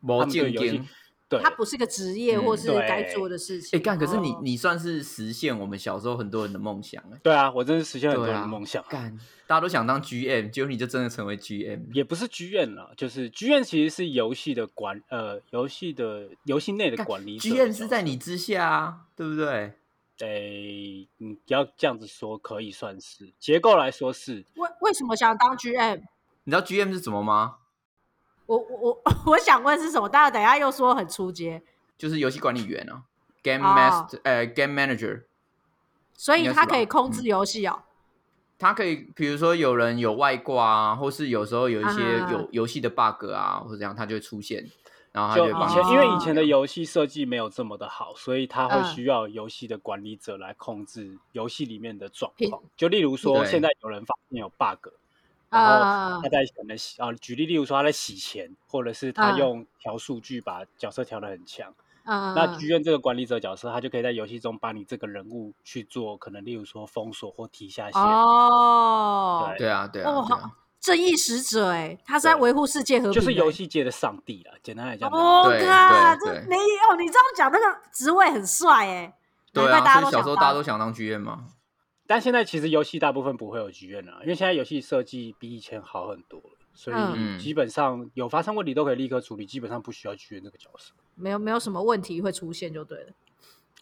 Speaker 2: 魔
Speaker 3: 们对
Speaker 2: 镜
Speaker 3: 游戏
Speaker 2: 经。
Speaker 3: 对，
Speaker 1: 它不是个职业
Speaker 2: 嗯
Speaker 1: 或是
Speaker 3: 对
Speaker 1: 该做的事
Speaker 2: 哎
Speaker 1: 情。
Speaker 2: 干，可是你
Speaker 1: 哦
Speaker 2: 你算是实现我们小时候很多人的梦想哎。
Speaker 3: 对啊，我真是实现很多
Speaker 2: 对
Speaker 3: 人
Speaker 2: 啊，
Speaker 3: 的梦想啊。
Speaker 2: 干，大家都想当 GM，结果你就真的成为 GM。
Speaker 3: 也不是剧院啦，就是剧院其实是游戏的管呃游戏的游戏内的
Speaker 2: 干
Speaker 3: 管理者的角色。
Speaker 2: GM 是在你之下啊，对不对？
Speaker 3: 诶、你不要这样子说，可以算是结构来说是
Speaker 1: 为为什么想当 GM？
Speaker 2: 你知道 GM 是什么吗？
Speaker 1: 我我我 我想问是什么？当然，等一下又说很出街，
Speaker 2: 就是游戏管理员啊，Game
Speaker 1: 哦
Speaker 2: Master，呃，Game Manager。
Speaker 1: 所以
Speaker 2: 应该
Speaker 1: 它
Speaker 2: 是吧
Speaker 1: 可以
Speaker 3: 嗯
Speaker 1: 控制游戏哦。
Speaker 2: 他可以，比如说有人有外挂啊，或是有时候有一些
Speaker 1: 啊
Speaker 2: 游游戏的 bug 啊，或者这样，他就会出现，然后他
Speaker 3: 就
Speaker 2: 会啊帮
Speaker 3: 以
Speaker 2: 你
Speaker 3: 前、
Speaker 2: 解
Speaker 3: 因为
Speaker 2: 决
Speaker 3: 以前的游戏设计没有这么的好，所以它会
Speaker 1: 嗯
Speaker 3: 需要游戏的管理者来控制游戏里面的状
Speaker 1: 平
Speaker 3: 况。就例如说，
Speaker 2: 对
Speaker 3: 现在有人发现有 bug，然
Speaker 1: 啊
Speaker 3: 后他在可能洗啊，举例例如说他在洗钱，或者是他
Speaker 1: 嗯
Speaker 3: 用调数据把角色调得很强。
Speaker 1: 嗯，
Speaker 3: 那剧院这个管理者角色，他就可以在游戏中把你这个人物去做，可能例如说封锁或提下线。
Speaker 1: 呃哦，
Speaker 2: 对啊，对啊，
Speaker 1: 哦
Speaker 2: 对啊
Speaker 1: 正义使者哎，他是在
Speaker 3: 对
Speaker 1: 维护世界和平，
Speaker 3: 就是游
Speaker 1: 哎。
Speaker 3: 戏界的上帝啦，简单来讲。
Speaker 1: 哦，
Speaker 2: 对
Speaker 1: 哥，
Speaker 2: 对
Speaker 1: 这
Speaker 2: 对
Speaker 1: 没有你这样讲，那个职位很帅哎，
Speaker 2: 对
Speaker 1: 难怪大
Speaker 2: 啊，
Speaker 1: 家都
Speaker 2: 所以小
Speaker 1: 想
Speaker 2: 时候大家都想当啊 GM 嘛。
Speaker 3: 但现在其实游戏大部分不会有剧院啦，因为现在游戏设计比以前好很多了，所
Speaker 1: 嗯
Speaker 3: 以基本上有发生问题都可以立刻处理，基本上不需要剧院这个角色。
Speaker 1: 没有没有什么问题会出现就对了。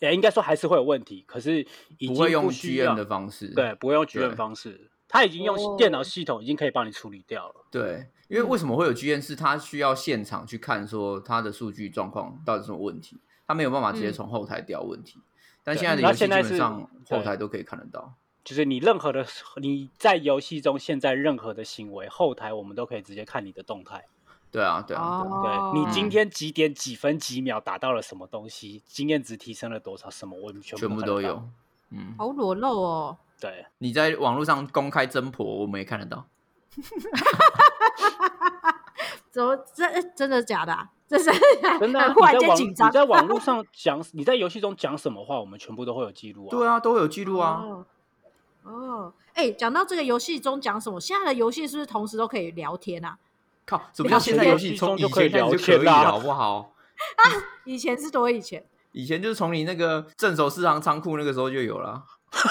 Speaker 3: 也应该说还是会有问题，可是已经
Speaker 2: 不会用
Speaker 3: 需要
Speaker 2: GM 的方式。
Speaker 3: 对，不会用剧院
Speaker 2: 对
Speaker 3: 方式，他已经
Speaker 1: 哦
Speaker 3: 用电脑系统已经可以帮你处理掉了。
Speaker 2: 对，因为
Speaker 3: 嗯
Speaker 2: 为什么会有 GM 是他需要现场去看说他的数据状况到底是什么问题，他没有办法直接从后台调问题。但
Speaker 3: 嗯对
Speaker 2: 现在的
Speaker 3: 那
Speaker 2: 游戏基
Speaker 3: 现在
Speaker 2: 本
Speaker 3: 是
Speaker 2: 上
Speaker 3: 对
Speaker 2: 后台都可以看得到。
Speaker 3: 就是你任何的你在游戏中现在任何的行为，后台我们都可以直接看你的动态。
Speaker 2: 对啊，对啊，对啊
Speaker 1: 哦
Speaker 3: 对你今
Speaker 2: 嗯
Speaker 3: 天几点几分几秒打到了什么东西，经验值提升了多少，什么我们全部
Speaker 2: 全部
Speaker 3: 看得
Speaker 2: 都
Speaker 3: 到
Speaker 2: 有。。嗯，
Speaker 1: 好裸露哦，
Speaker 3: 对，
Speaker 2: 你在网络上公开侦婆，我们也看得到。
Speaker 1: 怎么这真的假的啊？这是
Speaker 3: 真的啊、
Speaker 1: 忽然
Speaker 3: 你在
Speaker 1: 间
Speaker 3: 网
Speaker 1: 紧张
Speaker 3: 你。在网 络上讲，你在游戏中讲什么话，我们全部都会有记录啊。
Speaker 2: 对
Speaker 3: 啊，
Speaker 2: 啊，都有记录啊。
Speaker 1: 哦，哦，哎、讲到这个游戏中讲什么，现在的游戏是不是同时都可以聊天啊？
Speaker 2: 靠，什么
Speaker 1: 聊
Speaker 2: 叫现在游戏
Speaker 3: 天
Speaker 2: 从
Speaker 3: 中
Speaker 2: 以
Speaker 3: 就可以
Speaker 2: 前开始
Speaker 3: 聊
Speaker 2: 就可以
Speaker 3: 天啦
Speaker 2: 了好不好？
Speaker 1: 以前是多以前，
Speaker 2: 以前就是从你那个镇守市场仓库那个时候就有了。
Speaker 1: 可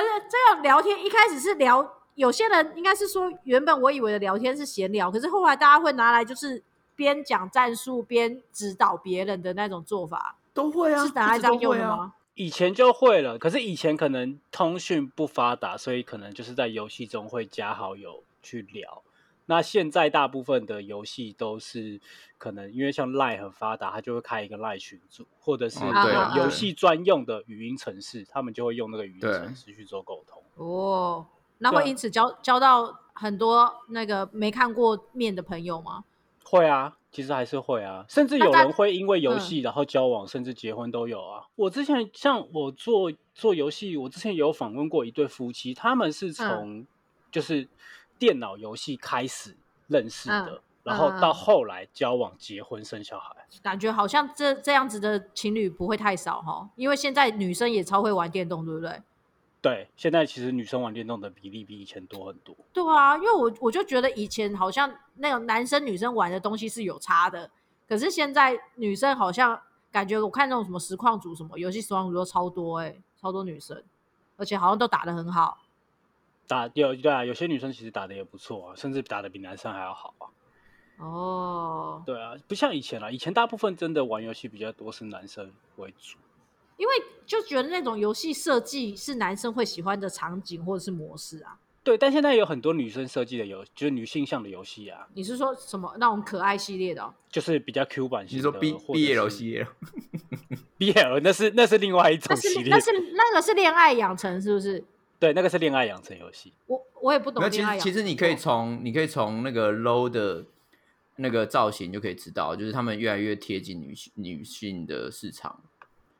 Speaker 1: 是这个聊天一开始是聊，有些人应该是说，原本我以为的聊天是闲聊，可是后来大家会拿来就是边讲战术边指导别人的那种做法，
Speaker 2: 都会啊，
Speaker 1: 是拿来
Speaker 2: 一直
Speaker 1: 这样
Speaker 2: 都
Speaker 1: 用
Speaker 2: 会
Speaker 1: 的
Speaker 2: 啊。
Speaker 1: 吗？
Speaker 3: 以前就会了，可是以前可能通讯不发达，所以可能就是在游戏中会加好友去聊。那现在大部分的游戏都是可能因为像 Line 很发达，它就会开一个 Line 群组，或者是
Speaker 2: 哦
Speaker 1: 嗯对啊
Speaker 3: 有游
Speaker 1: 对
Speaker 3: 戏专用的语音程式，他们就会用那个语音
Speaker 2: 对
Speaker 3: 程式去做沟通。
Speaker 1: 哦，那
Speaker 3: 对啊
Speaker 1: 会因此交交到很多那个没看过面的朋友吗？
Speaker 3: 会啊，其实还是会啊，甚至
Speaker 1: 那
Speaker 3: 有
Speaker 1: 大
Speaker 3: 人会因为游
Speaker 1: 嗯
Speaker 3: 戏然后交往，甚至结婚都有啊。我之前像我做做游戏，我之前有访问过一对夫妻，他们
Speaker 1: 嗯
Speaker 3: 是从就是电脑游戏开始认识的，
Speaker 1: 嗯
Speaker 3: 然后
Speaker 1: 嗯嗯
Speaker 3: 到后来交往、结婚、生小孩。
Speaker 1: 感觉好像这这样子的情侣不会太少哈，因为现在女生也超会玩电动，对不对？
Speaker 3: 对，现在其实女生玩电动的比例比以前多很多。
Speaker 1: 对啊，因为我我就觉得以前好像那种男生女生玩的东西是有差的，可是现在女生好像感觉我看那种什么实况组什么游戏实况组都超多哎、超多女生，而且好像都打得很好。
Speaker 3: 打有对啊，有些女生其实打的也不错啊，甚至打的比男生还要好啊。
Speaker 1: 哦，
Speaker 3: 对啊，不像以前了、以前大部分真的玩游戏比较多是男生为主。
Speaker 1: 因为就觉得那种游戏设计是男生会喜欢的场景或者是模式啊。
Speaker 3: 对，但现在有很多女生设计的游，就是女性向的游戏啊，
Speaker 1: 你是说什么那种可爱系列的、哦？
Speaker 3: 就是比较 Q 版型
Speaker 2: 你
Speaker 3: 的。
Speaker 2: 说 B
Speaker 3: 呃或者
Speaker 2: B L
Speaker 3: 是
Speaker 2: 系列，
Speaker 3: BL 那是那是另外一种
Speaker 1: 那是
Speaker 3: 系列
Speaker 1: 那，是那个是恋爱养成是不是？
Speaker 3: 对，那个是恋爱养成游戏。
Speaker 1: 我我也不懂
Speaker 2: 那其
Speaker 1: 恋
Speaker 2: 实
Speaker 1: 爱养成
Speaker 2: 其实你可以从你可以从那个 low 的那个造型就可以知道，就是他们越来越贴近女性女性的市场。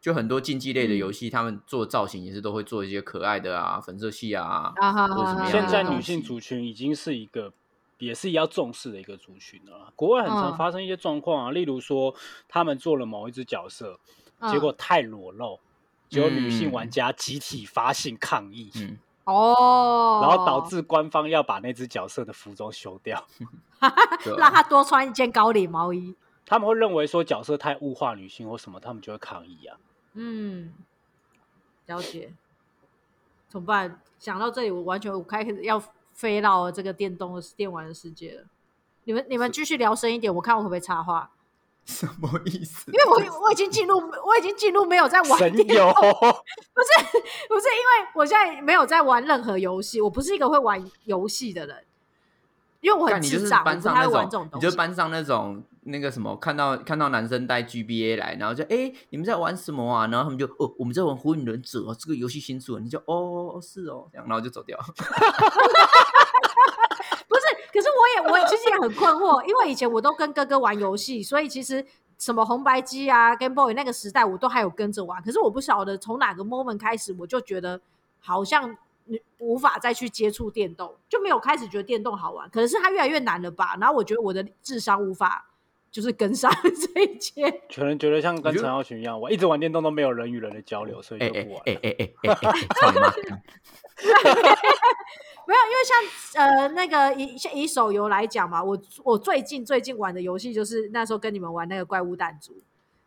Speaker 2: 就很多竞技类
Speaker 1: 嗯
Speaker 2: 的游戏，他们做造型也是都会做一些可爱的啊，粉色系啊，
Speaker 1: 啊哈
Speaker 2: 或者什么
Speaker 1: 哈
Speaker 2: 样
Speaker 3: 现
Speaker 2: 的
Speaker 3: 在
Speaker 2: 东
Speaker 3: 女性
Speaker 2: 西
Speaker 3: 族群已经是一个。也是要重视的一个族群了啦。国外很常
Speaker 1: 嗯
Speaker 3: 发生一些状况啊，例如说他们做了某一只角色，
Speaker 1: 嗯
Speaker 3: 结果太裸露，结果女性
Speaker 2: 嗯
Speaker 3: 玩家集体发信抗议，
Speaker 2: 嗯，
Speaker 1: 哦，
Speaker 3: 然后导致官方要把那只角色的服装修掉。
Speaker 2: 对啊
Speaker 1: 让他多穿一件高领毛衣。
Speaker 3: 他们会认为说角色太物化女性或什么，他们就会抗议啊。
Speaker 1: 嗯，了解。怎么办？想到这里，我完全我开始要飞到这个电动的电玩的世界了。你们你们继续聊深一点，我看我会不会插话，
Speaker 2: 什么意思？
Speaker 1: 因为 我我已经进入我已经进入没有在玩
Speaker 3: 神
Speaker 1: 电
Speaker 3: 游，
Speaker 1: 不是不是，因为我现在没有在玩任何游戏，我不是一个会玩游戏的人，因为我
Speaker 2: 看
Speaker 1: 很
Speaker 2: 你就是
Speaker 1: 智障，我
Speaker 2: 班
Speaker 1: 不
Speaker 2: 上
Speaker 1: 太
Speaker 2: 那
Speaker 1: 会玩
Speaker 2: 种，
Speaker 1: 这种
Speaker 2: 你
Speaker 1: 东
Speaker 2: 就
Speaker 1: 西
Speaker 2: 是。班上那种那个什么，看到看到男生带 GBA 来，然后就哎、诶你们在玩什么啊？然后他们就哦我们在玩《火影忍者》哦，这个游戏新出了，你就哦哦是哦，这样然后就走掉。
Speaker 1: 不是，可是我也我其实也很困惑，因为以前我都跟哥哥玩游戏，所以其实什么红白机啊、Game Boy 那个时代，我都还有跟着玩。可是我不晓得从哪个 moment 开始，我就觉得好像你无法再去接触电动，就没有开始觉得电动好玩。可能是它越来越难了吧？然后我觉得我的智商无法就是跟上 这一切。
Speaker 3: 可能觉得像
Speaker 2: 我
Speaker 3: 跟
Speaker 2: 觉得
Speaker 3: 陈浩群一样，我一直玩电动都没有人与人的交流，所以
Speaker 2: 哎
Speaker 3: 就
Speaker 2: 哎
Speaker 3: 不玩。
Speaker 2: 哎哎哎哎哎，操你妈！干
Speaker 1: 没有，因为像呃那个以像以手游来讲嘛，我我最近最近玩的游戏就是那时候跟你们玩那个怪物弹珠。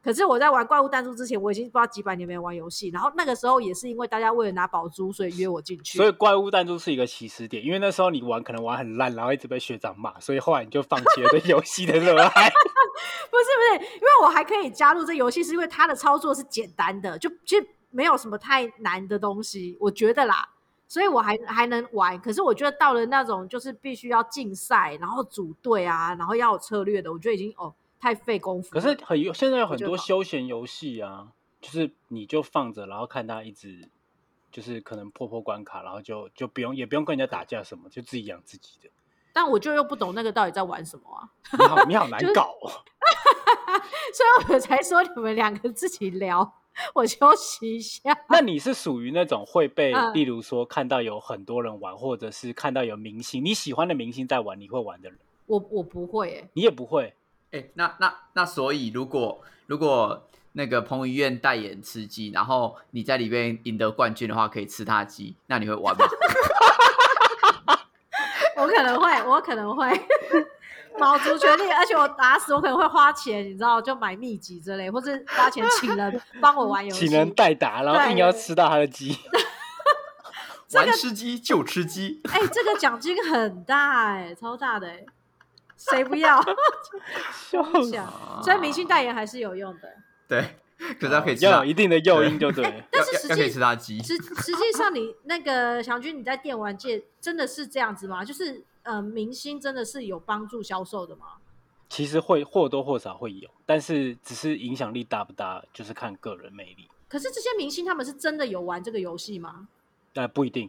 Speaker 1: 可是我在玩怪物弹珠之前，我已经不知道几百年没玩游戏。然后那个时候也是因为大家为了拿宝珠，所以约我进去。
Speaker 3: 所以怪物弹珠是一个起始点，因为那时候你玩可能玩很烂，然后一直被学长骂，所以后来你就放弃了对游戏的热爱。
Speaker 1: 不是不是，因为我还可以加入这游戏，是因为它的操作是简单的，就其实没有什么太难的东西，我觉得啦，所以我还还能玩。可是我觉得到了那种就是必须要竞赛，然后组队啊，然后要有策略的，我觉得已经哦太费功夫
Speaker 3: 可
Speaker 1: 了。
Speaker 3: 是很有现在有很
Speaker 1: 我
Speaker 3: 多
Speaker 1: 觉得
Speaker 3: 休闲游戏啊，就是你就放着，然后看他一直就是可能破破关卡，然后就就不用也不用跟人家打架什么，就自己养自己的。
Speaker 1: 但我就又不懂那个到底在玩什么啊，
Speaker 3: 你好，你好 难
Speaker 1: 就是
Speaker 3: 搞哦。
Speaker 1: 所以我才说你们两个自己聊，我休息一下。
Speaker 3: 那你是属于那种会被，
Speaker 1: 嗯
Speaker 3: 例如说看到有很多人玩，或者是看到有明星你喜欢的明星在玩，你会玩的人，
Speaker 1: 我我不会、欸，
Speaker 3: 你也不会。
Speaker 2: 哎、那那那所以如果如果那个彭于晏代言吃鸡，然后你在里面赢得冠军的话，可以吃他鸡，那你会 玩吗？
Speaker 1: 我可能会，我可能会 卯足全力，而且我打死我可能会花钱，你知道，就买秘籍之类，或是花钱请 人帮我玩游戏。
Speaker 3: 请人代打，然后
Speaker 1: 对
Speaker 3: 硬要吃到他的鸡。
Speaker 1: 这个
Speaker 2: 玩吃鸡就吃鸡，
Speaker 1: 哎、这个奖金很大哎、超大的哎、谁不要？
Speaker 3: 笑死
Speaker 1: 啊想所以明星代言还是有用的。
Speaker 2: 对，可是他可以吃
Speaker 3: 哦要
Speaker 2: 啊
Speaker 3: 有一，定的诱因就对 了。
Speaker 1: 但
Speaker 2: 要
Speaker 1: 是
Speaker 2: 要
Speaker 1: 实
Speaker 2: 要可以
Speaker 1: 际
Speaker 2: 吃他的鸡，
Speaker 1: 实实际上你，那个祥君，你在电玩界真的是这样子吗？就是呃，明星真的是有帮助销售的吗？
Speaker 3: 其实会或多或少会有，但是只是影响力大不大，就是看个人魅力。
Speaker 1: 可是这些明星他们是真的有玩这个游戏吗？
Speaker 3: 但不一定，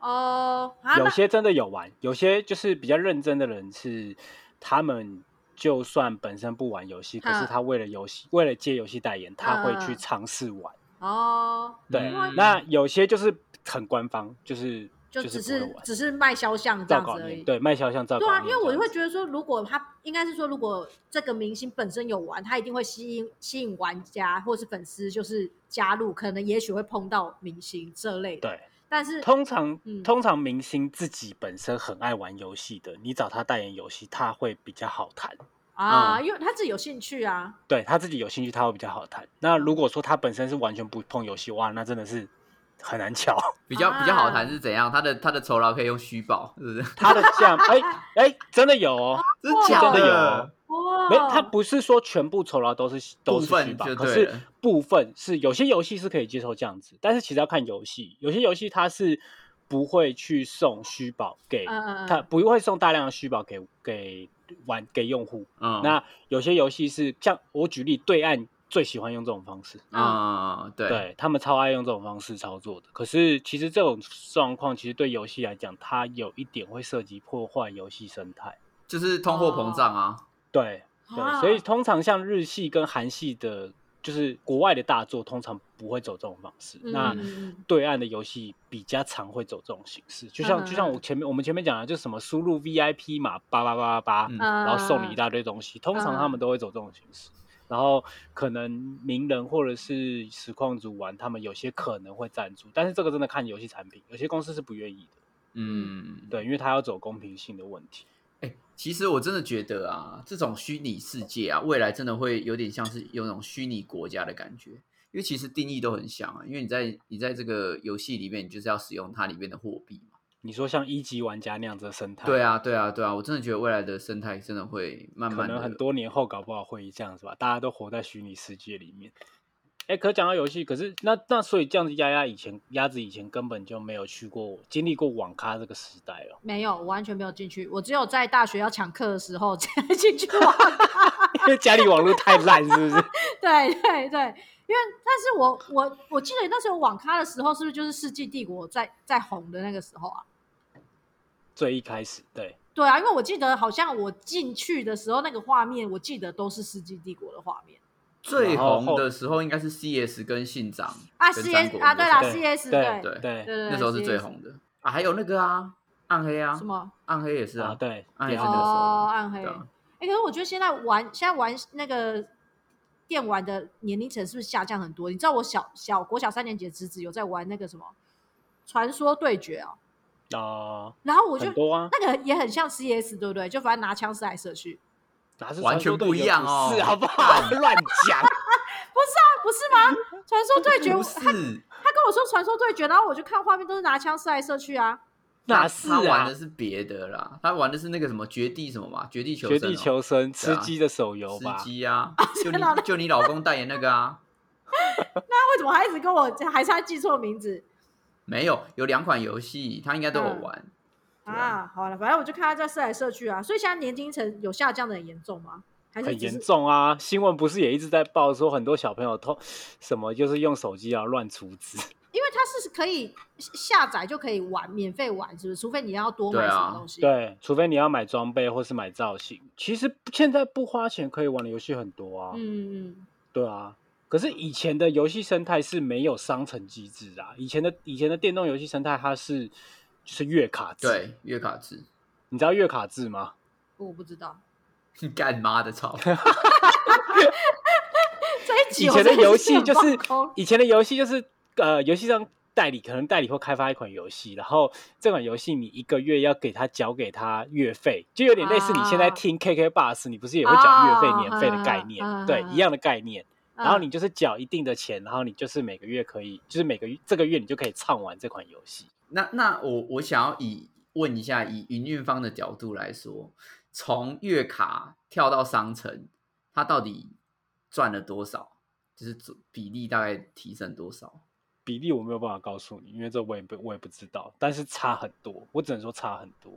Speaker 1: 哦、啊，
Speaker 3: 有
Speaker 1: 那
Speaker 3: 些真的有玩，有些就是比较认真的人是，他们就算本身不玩游戏，可
Speaker 1: 嗯
Speaker 3: 是他为了游戏，为了接游戏代言，他会去
Speaker 1: 嗯
Speaker 3: 尝试玩。
Speaker 1: 哦，
Speaker 3: 对
Speaker 1: 嗯，
Speaker 3: 那有些就是很官方，就是
Speaker 1: 就是只
Speaker 3: 不会
Speaker 1: 是
Speaker 3: 玩
Speaker 1: 只是卖肖像这
Speaker 3: 照
Speaker 1: 样子
Speaker 3: 稿
Speaker 1: 而
Speaker 3: 念，
Speaker 1: 已。
Speaker 3: 对，卖肖像照稿
Speaker 1: 对啊，
Speaker 3: 念
Speaker 1: 因
Speaker 3: 这
Speaker 1: 为
Speaker 3: 样
Speaker 1: 我
Speaker 3: 子。
Speaker 1: 就会觉得说，如果他应该是说，如果这个明星本身有玩，他一定会吸引吸引玩家或是粉丝，就是加入，可能也许会碰到明星这类的。
Speaker 3: 对。
Speaker 1: 但是
Speaker 3: 通常
Speaker 1: 嗯，
Speaker 3: 通常明星自己本身很爱玩游戏的，你找他代言游戏，他会比较好谈。
Speaker 1: 啊，
Speaker 3: 嗯
Speaker 1: 因为他自己有兴趣啊，
Speaker 3: 对他自己有兴趣，他会比较好谈。那如果说他本身是完全不碰游戏，哇，那真的是很难瞧。
Speaker 2: 比较比较好
Speaker 1: 啊
Speaker 2: 谈是怎样？他的他的酬劳可以用虚报， 是不是？
Speaker 3: 他的价，哎哎，真的有哦，
Speaker 2: 真的假
Speaker 3: 真的有
Speaker 1: 哇，
Speaker 3: 没有，他不是说全部酬劳都是都是
Speaker 2: 部分
Speaker 3: 虚报，
Speaker 2: 就
Speaker 3: 可
Speaker 2: 对
Speaker 3: 是
Speaker 2: 了
Speaker 3: 部分是有些游戏是可以接受这样子，但是其实要看游戏，有些游戏它是不会去送虚宝给，
Speaker 1: 嗯嗯嗯
Speaker 3: 它不会送大量的虚宝给给玩给用户。
Speaker 2: 嗯，
Speaker 3: 那有些游戏是像我举例，对岸最喜欢用这种方式，
Speaker 2: 嗯，对，
Speaker 3: 对他们超爱用这种方式操作的。可是其实这种状况其实对游戏来讲，它有一点会涉及破坏游戏生态。
Speaker 2: 就是通货膨胀
Speaker 1: 哦
Speaker 2: 啊，
Speaker 3: 对对，
Speaker 1: 啊
Speaker 3: 所以通常像日系跟韩系的，就是国外的大作，通常不会走这种方式。
Speaker 1: 嗯
Speaker 3: 那
Speaker 1: 嗯嗯
Speaker 3: 对岸的游戏比较常会走这种形式，就像、就像
Speaker 1: 嗯
Speaker 3: 我前面我们前面讲的，就是什么输入 VIP 码八八八八八，
Speaker 2: 嗯
Speaker 1: 嗯
Speaker 3: 然后送你一大堆东西，通常他们
Speaker 1: 嗯
Speaker 3: 都会走这种形式。然后可能名人或者是实况组玩，他们有些可能会赞助，但是这个真的看游戏产品，有些公司是不愿意的，
Speaker 2: 嗯，
Speaker 3: 对，因为他要走公平性的问题。
Speaker 2: 哎、其实我真的觉得啊，这种虚拟世界啊，未来真的会有点像是有那种虚拟国家的感觉，因为其实定义都很像啊。因为你在你在这个游戏里面，你就是要使用它里面的货币嘛。
Speaker 3: 你说像一级玩家那样子的生态，
Speaker 2: 对啊，对啊，对啊，我真的觉得未来的生态真的会慢
Speaker 3: 可
Speaker 2: 慢
Speaker 3: 能很
Speaker 2: 的，
Speaker 3: 多年后搞不好会这样子吧，大家都活在虚拟世界里面。哎，可讲到游戏，可是那那所以这样子，丫丫以前鸭子以前根本就没有去过经历过网咖这个时代哦。
Speaker 1: 没有，我完全没有进去，我只有在大学要抢课的时候 才进去玩。
Speaker 3: 因为家里网络太烂，是不是？
Speaker 1: 对对对，因为但是我我我记得那时候网咖的时候，是不是就是《世纪帝国在》在红的那个时候啊？
Speaker 3: 最一开始，对，
Speaker 1: 对啊，因为我记得好像我进去的时候那个画面，我记得都是《世纪帝国》的画面
Speaker 2: 最
Speaker 3: 然后
Speaker 2: 红的时候应该是 CS 跟信长
Speaker 1: 啊
Speaker 2: 跟三
Speaker 1: ，CS
Speaker 2: 国
Speaker 1: 啊，对啦
Speaker 2: 那时候
Speaker 1: ，CS
Speaker 3: 对啊
Speaker 1: 对
Speaker 2: 对
Speaker 1: 对对，
Speaker 2: 那时候是最
Speaker 1: CS
Speaker 2: 红的啊，还有那个啊，暗黑啊
Speaker 1: 什，么？
Speaker 2: 暗黑也是
Speaker 3: 啊，
Speaker 2: 啊，
Speaker 3: 对，
Speaker 2: 暗黑
Speaker 3: 也
Speaker 2: 是
Speaker 3: 是
Speaker 2: 那个时候
Speaker 3: 的。
Speaker 1: 哦，暗黑。
Speaker 2: 对啊，
Speaker 1: 哎、可是我觉得现在玩现在玩那个电玩的年龄层是不是下降很多？你知道我小小国小三年级的侄子有在玩那个什么《传说对决》哦，
Speaker 3: 哦，
Speaker 1: 然后我就
Speaker 3: 很多啊，
Speaker 1: 那个也很像 CS 对不对？就反正拿枪射来射去，
Speaker 3: 哪是
Speaker 2: 完全
Speaker 3: 传说
Speaker 2: 不
Speaker 3: 对
Speaker 2: 一
Speaker 3: 决
Speaker 2: 样哦
Speaker 3: 是好 不好？乱讲，
Speaker 1: 啊不是吗？传说对决，
Speaker 2: 不
Speaker 1: 他他
Speaker 2: 是，
Speaker 1: 跟我说传说对决，然后我就看画面都是拿枪射来射去啊。
Speaker 3: 哪
Speaker 2: 他
Speaker 3: 是
Speaker 2: 他玩
Speaker 3: 啊
Speaker 2: 的？是别的啦，他玩的是那个什么绝地什么嘛，绝地求
Speaker 3: 绝
Speaker 2: 生
Speaker 3: 地
Speaker 2: 哦
Speaker 3: 求生，吃
Speaker 2: 对啊
Speaker 3: 鸡的手游吧哦
Speaker 2: 司？机啊，就
Speaker 1: 真的
Speaker 2: 你就你老公代言那个啊，
Speaker 1: 那为什么还一直跟我还是他记错名字
Speaker 2: 没有，有两款游戏，他应该都
Speaker 3: 嗯
Speaker 2: 有玩。对啊
Speaker 1: 啊？好了，反正我就看他在射来射去啊。所以现在年轻层有下降的很严重吗？还是
Speaker 3: 很
Speaker 1: 只
Speaker 3: 严
Speaker 1: 是
Speaker 3: 重啊！新闻不是也一直在报说很多小朋友偷什么，就是用手机啊乱出资，
Speaker 1: 因为它是可以下载就可以玩，免费玩，是不是？除非你要多买
Speaker 2: 对
Speaker 1: 什
Speaker 2: 啊
Speaker 1: 么东西。
Speaker 3: 对，除非你要买装备或是买造型。其实现在不花钱可以玩的游戏很多啊，
Speaker 1: 嗯嗯
Speaker 3: 对啊。可是以前的游戏生态是没有商城机制的啊，以前的以前的电动游戏生态它是就是月卡制，，
Speaker 2: 对，月卡制，
Speaker 3: 你知道月卡制吗？
Speaker 1: 嗯，我不知道。
Speaker 2: 你干妈的操！
Speaker 1: 这一集
Speaker 3: 啊以
Speaker 1: 我
Speaker 3: 前的
Speaker 1: 真是
Speaker 3: 游戏就是
Speaker 1: 很放空
Speaker 3: 以前的游戏就是呃，游戏商代理可能代理或开发一款游戏，然后这款游戏你一个月要给他缴给他月费，就有点类似你现在
Speaker 1: 啊
Speaker 3: 听 KK Bus，你不是也会缴月费、
Speaker 1: 啊
Speaker 3: 年费的概念，
Speaker 1: 啊啊
Speaker 3: 对，一样的概念。然后
Speaker 1: 嗯
Speaker 3: 你就是缴一定的钱，然后你就是每个月可以，就是每个月这个月你就可以唱完这款游戏。
Speaker 2: 那那我我想要以问一下，以营运方的角度来说，从月卡跳到商城，他到底赚了多少？就是比例大概提升多少？
Speaker 3: 比例我没有办法告诉你，因为这我也不我也不知道，但是差很多，我只能说差很多。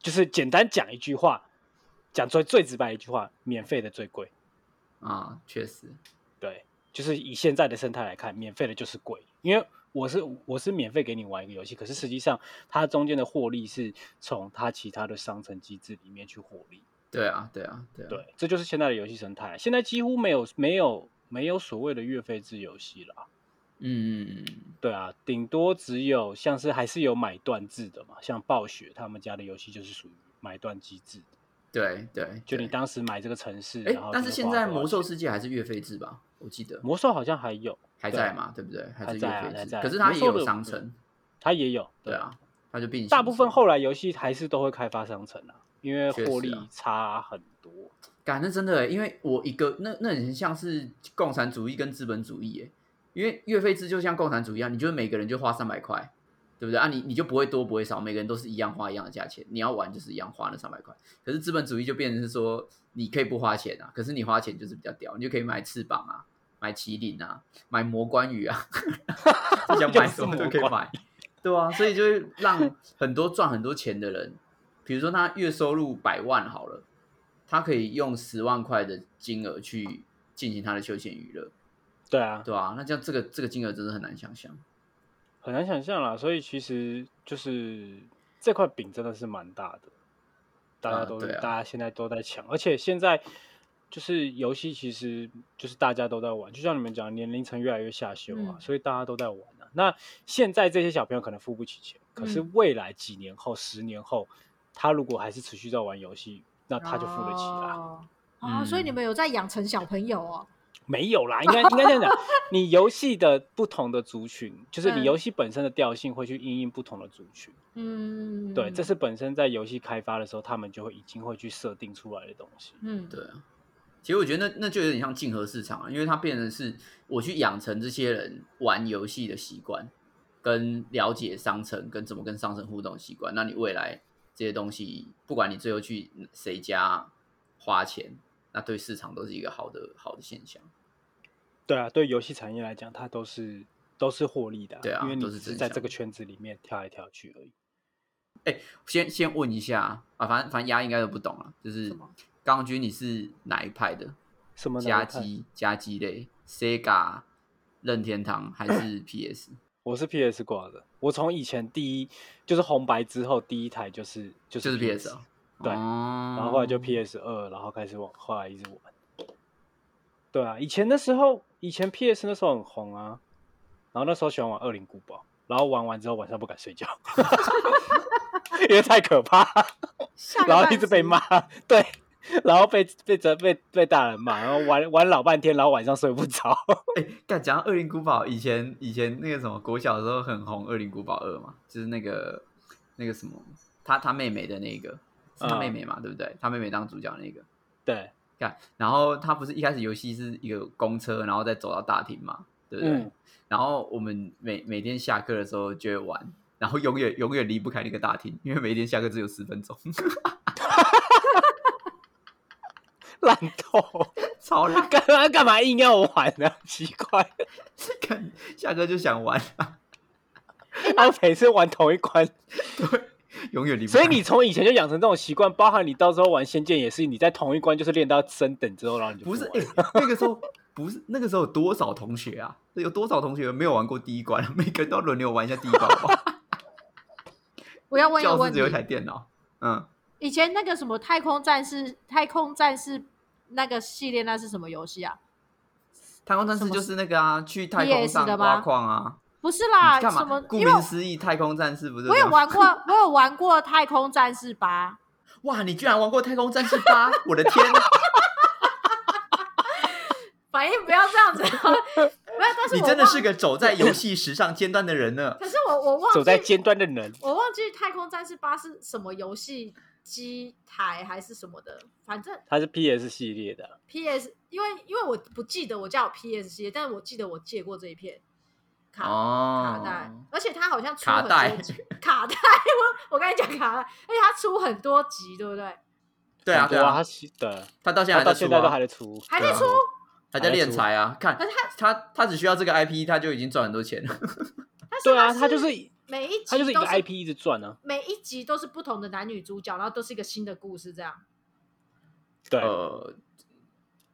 Speaker 3: 就是简单讲一句话，讲最最直白一句话，免费的最贵。
Speaker 2: 啊，确实，
Speaker 3: 对，就是以现在的生态来看，免费的就是贵，因为我是我是免费给你玩一个游戏，可是实际上它中间的获利是从它其他的商城机制里面去获利。
Speaker 2: 对啊，对啊，对啊，
Speaker 3: 对，这就是现在的游戏生态，现在几乎没有没有没有所谓的月费制游戏了。
Speaker 2: 嗯嗯嗯，
Speaker 3: 对啊，顶多只有像是还是有买断制的嘛，像暴雪他们家的游戏就是属于买断机制的。
Speaker 2: 对对，
Speaker 3: 就你
Speaker 2: 对
Speaker 3: 当时买这个城市，
Speaker 2: 哎
Speaker 3: 然后，
Speaker 2: 但
Speaker 3: 就是
Speaker 2: 现
Speaker 3: 花
Speaker 2: 在
Speaker 3: 多少
Speaker 2: 魔兽
Speaker 3: 钱
Speaker 2: 世界还是月费制吧？我记得
Speaker 3: 魔兽好像还有，
Speaker 2: 还
Speaker 3: 对啊
Speaker 2: 在嘛，对不对？还是
Speaker 3: 在啊
Speaker 2: 月费
Speaker 3: 还
Speaker 2: 制
Speaker 3: 在，啊
Speaker 2: 可是它
Speaker 3: 魔
Speaker 2: 也
Speaker 3: 兽
Speaker 2: 有
Speaker 3: 的
Speaker 2: 商城，
Speaker 3: 它也有，
Speaker 2: 对，啊，它就并行
Speaker 3: 大部分
Speaker 2: 制
Speaker 3: 后来游戏还是都会开发商城啊，因为
Speaker 2: 确
Speaker 3: 获
Speaker 2: 实
Speaker 3: 利
Speaker 2: 啊
Speaker 3: 差很多。
Speaker 2: 感那真的欸，因为我一个那那很像是共产主义跟资本主义哎，因为月费制就像共产主义一样，你就是每个人就花三百块，对不对啊你？你就不会多不会少，每个人都是一样花一样的价钱，你要玩就是一样花那三百块。可是资本主义就变成是说，你可以不花钱啊，可是你花钱就是比较屌，你就可以买翅膀啊，买麒麟啊，买魔关羽啊， 就想买什么都可以买，对啊，所以就会让很多赚很多钱的人，比如说他月收入百万好了。他可以用十万块的金额去进行他的休闲娱乐，
Speaker 3: 对啊，
Speaker 2: 对吧、那这样这个这个金额真的很难想象。
Speaker 3: 很难想象啦。所以其实就是这块饼真的是蛮大的，大家
Speaker 2: 啊
Speaker 3: 都、
Speaker 2: 对啊
Speaker 3: 大家现在都在抢，而且现在就是游戏，其实就是大家都在玩，就像你们讲，年龄层越来越下修啊，
Speaker 1: 嗯
Speaker 3: 所以大家都在玩啊。那现在这些小朋友可能付不起钱，可是
Speaker 1: 嗯
Speaker 3: 未来几年后、十年后，他如果还是持续在玩游戏，那他就付得起啦。
Speaker 1: 哦啊，所以你
Speaker 2: 嗯
Speaker 1: 们有在养成小朋友哦？
Speaker 3: 没有啦，应该应该这样讲，你游戏的不同的族群，就是
Speaker 1: 嗯
Speaker 3: 你游戏本身的调性会去因应不同的族群。
Speaker 1: 嗯，
Speaker 3: 对，这是本身在游戏开发的时候，他们就会已经会去设定出来的东西。
Speaker 1: 嗯，
Speaker 2: 对啊，其实我觉得那那就有点像竞合市场啊，因为它变成是我去养成这些人玩游戏的习惯，跟了解商城跟怎么跟商城互动的习惯。那你未来这些东西，不管你最后去谁家花钱，那对市场都是一个好的好的现象。
Speaker 3: 对啊，对游戏产业来讲，它都是都是获利的、
Speaker 2: 对啊
Speaker 3: 因为你
Speaker 2: 都是
Speaker 3: 只是
Speaker 2: 正
Speaker 3: 在
Speaker 2: 向
Speaker 3: 这个圈子里面跳来跳去而已。
Speaker 2: 先先问一下啊，反正反正丫应该都不懂了，啊就是
Speaker 1: 什么
Speaker 2: 刚军你是哪一派的？
Speaker 3: 什么
Speaker 2: 夹
Speaker 3: 家机？
Speaker 2: 击夹击类，Sega、任 天堂还 是 PS？
Speaker 3: 我是 PS 挂的，我从以前第一就是红白之后第一台就是就
Speaker 2: 就是是
Speaker 3: PS，,
Speaker 2: PS 啊。
Speaker 3: 对
Speaker 2: 然
Speaker 3: 然后
Speaker 2: 嗯
Speaker 3: 后来就 PS 二，然后开始往后来一直玩。对啊，以前的时候，以前 PS 那时候很红啊，然后那时候喜欢玩《恶灵古堡》，然后玩完之后晚上不敢睡觉， 因为太可怕，
Speaker 1: 下个
Speaker 3: 然后
Speaker 1: 半
Speaker 3: 一直
Speaker 1: 集
Speaker 3: 被骂，对，然后被被责被被大人骂，然后玩玩老半天，然后晚上睡不着。
Speaker 2: 哎，干讲到《恶灵古堡》，以前以前那个什么国小的时候很红，《恶灵古堡二》嘛，就是那个那个什么他他妹妹的那个，是他
Speaker 3: 嗯
Speaker 2: 妹妹嘛，对不对？他妹妹当主角那个。
Speaker 3: 对，
Speaker 2: 看，然后他不是一开始游戏是一个公车，然后再走到大厅嘛，对不对？
Speaker 3: 嗯
Speaker 2: 然后我们每每天下课的时候就会玩，然后永远永远离不开那个大厅，因为每一天下课只有十分钟，
Speaker 3: 烂透，
Speaker 2: 超烂，
Speaker 3: 干嘛干嘛硬要玩呢、奇怪，
Speaker 2: 看下课就想玩，
Speaker 3: 然后每次玩同一关，
Speaker 2: 永远离不开。
Speaker 3: 所以你从以前就养成这种习惯，包含你到时候玩《仙剑》也是，你在同一关就是练到升等之后，然后你就
Speaker 2: 不是
Speaker 3: 玩
Speaker 2: 哎、那个时候不是那个时候有多少同学啊？有多少同学没有玩过第一关？ 每个人都要轮流玩一下第一关好不好
Speaker 1: 我要问一个
Speaker 2: 教
Speaker 1: 问
Speaker 2: 室只有一台
Speaker 1: 题：
Speaker 2: 电脑，嗯，
Speaker 1: 以前那个什么太空战士、太空战士那个系列，那是什么游戏啊？
Speaker 2: 太空战士
Speaker 1: 什么
Speaker 2: 就是那个啊，去太空
Speaker 1: PS
Speaker 2: 上
Speaker 1: 的
Speaker 2: 挖
Speaker 1: 吗
Speaker 2: 矿啊。
Speaker 1: 不是啦，
Speaker 2: 你干
Speaker 1: 什
Speaker 2: 嘛
Speaker 1: 么？？
Speaker 2: 顾
Speaker 1: 因为
Speaker 2: 名思义，太空战士不是？
Speaker 1: 我有。玩过， 我有玩过太空战士八，
Speaker 2: 哇，你居然玩过太空战士八！ 我的天，
Speaker 1: 反应不要这样子， 好了没有，但是
Speaker 2: 你
Speaker 1: 我
Speaker 2: 真的
Speaker 1: 忘
Speaker 2: 是，个走在游戏时尚尖端的人呢。
Speaker 1: 可是我我忘
Speaker 3: 走在
Speaker 1: 记，
Speaker 3: 尖端的人，
Speaker 1: 我忘记太空战士八是什么游戏机台还是什么的，反正
Speaker 3: 它是 PS 系列的，
Speaker 1: PS，因为因为我不记得我家有 PS 系列，但是我记得我借过这一片卡、
Speaker 3: 哦
Speaker 1: 卡带，而且它好像出
Speaker 2: 哦卡
Speaker 1: 很多
Speaker 2: 带
Speaker 1: 集卡带，我我跟你讲卡带，而且它出很多集，对不对？
Speaker 2: 对啊，
Speaker 3: 很
Speaker 2: 对
Speaker 3: 多啊，
Speaker 2: 啊
Speaker 3: 它，是的，
Speaker 2: 他到现在还
Speaker 3: 它到
Speaker 2: 在
Speaker 3: 现
Speaker 2: 出
Speaker 3: 在都
Speaker 2: 啊
Speaker 3: 还。在出，
Speaker 1: 还在
Speaker 3: 对啊
Speaker 1: 出，
Speaker 2: 还在练财啊。看
Speaker 1: 可是
Speaker 2: 他他只需要这个 IP，他就已经赚很多钱了。
Speaker 1: 但是
Speaker 3: 对啊，
Speaker 1: 他
Speaker 3: 他就是
Speaker 1: 每一
Speaker 3: 他
Speaker 1: 集
Speaker 3: 就是一
Speaker 1: 都
Speaker 3: 个
Speaker 1: 是
Speaker 3: IP 一直转啊，
Speaker 1: 每一集都是不同的男女主角，然后都是一个新的故事，这样。
Speaker 3: 对，
Speaker 2: 呃，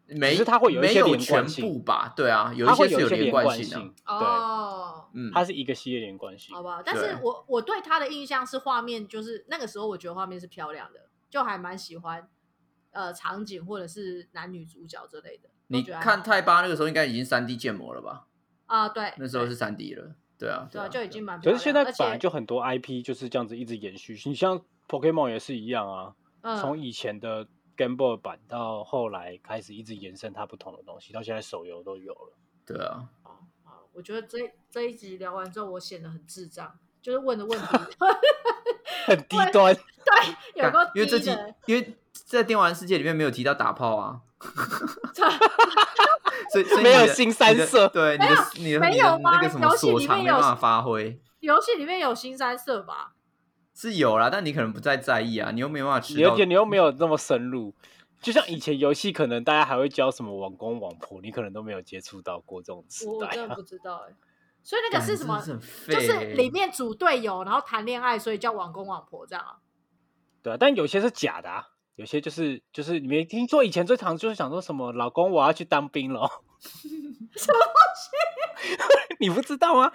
Speaker 2: 没，
Speaker 3: 只是它会有一
Speaker 2: 没
Speaker 3: 些
Speaker 2: 有
Speaker 3: 连贯
Speaker 2: 全
Speaker 3: 性
Speaker 2: 部吧？对啊，有
Speaker 3: 它
Speaker 2: 一
Speaker 3: 会
Speaker 2: 是
Speaker 3: 有一些
Speaker 2: 连
Speaker 3: 贯啊
Speaker 2: 性的。哦
Speaker 3: 对，
Speaker 1: 哦，
Speaker 2: 嗯，
Speaker 3: 它是一个系列连贯性
Speaker 1: 好。吧，但是
Speaker 2: 对
Speaker 1: 我我对他的印象是画面，就是那个时候我觉得画面是漂亮的，就还蛮喜欢，呃，场景或者是男女主角之类的。都
Speaker 2: 你
Speaker 1: 觉得还
Speaker 2: 看
Speaker 1: 好
Speaker 2: 泰巴那个时候应该已经三 D 建模了吧？
Speaker 1: 啊，对，
Speaker 2: 那时候
Speaker 1: 对
Speaker 2: 是三 D 了，对啊，
Speaker 1: 对
Speaker 2: 啊，
Speaker 1: 啊，就已经蛮漂
Speaker 3: 可
Speaker 1: 亮。
Speaker 3: 是现在
Speaker 1: 而且
Speaker 3: 本来就很多 IP 就是这样子一直延续，你像 Pokemon 也是一样啊，
Speaker 1: 嗯
Speaker 2: 嗯
Speaker 3: 从以前的 Game Boy 版到后来开始一直延伸它不同的东西，到现在手游都有了。
Speaker 2: 对啊，
Speaker 1: 好我觉得这这一集聊完之后，我显得很智障，就是问的问题
Speaker 3: 很低端，
Speaker 1: 有个
Speaker 2: 因为这
Speaker 1: 低
Speaker 2: 集
Speaker 1: 的，
Speaker 2: 因为在电玩世界里面没有提到打 炮啊，所以所以你的
Speaker 3: 没有新三
Speaker 2: 你
Speaker 3: 色
Speaker 2: 的对你的你的
Speaker 1: 没有
Speaker 2: 你的
Speaker 1: 吗
Speaker 2: 那个什么
Speaker 1: 游戏里
Speaker 2: 所长
Speaker 1: 面
Speaker 2: 没
Speaker 1: 有
Speaker 2: 办法发挥
Speaker 1: 游戏里面有新三色吧？
Speaker 2: 是有啦，但你可能不再在意啊，你又没有办法吃
Speaker 3: 你而
Speaker 2: 到
Speaker 3: 且，你又没有那么深入。就像以前游戏，可能大家还会教什么网公网婆，你可能都没有接触到过这种时
Speaker 1: 我我
Speaker 3: 代
Speaker 1: 真的
Speaker 3: 啊。
Speaker 1: 不知道哎、所以那
Speaker 2: 干
Speaker 1: 个是什么？
Speaker 2: 真
Speaker 1: 就
Speaker 2: 的很废
Speaker 1: 是
Speaker 2: 欸
Speaker 1: 里面组队友，然后谈恋爱，所以叫网公网婆这样啊？
Speaker 3: 对啊，但有些是假的、啊，有些就是就是你没听说以前最常就是想说什么老公我要去当兵了，
Speaker 1: 什么
Speaker 3: 东 西？你不知道吗？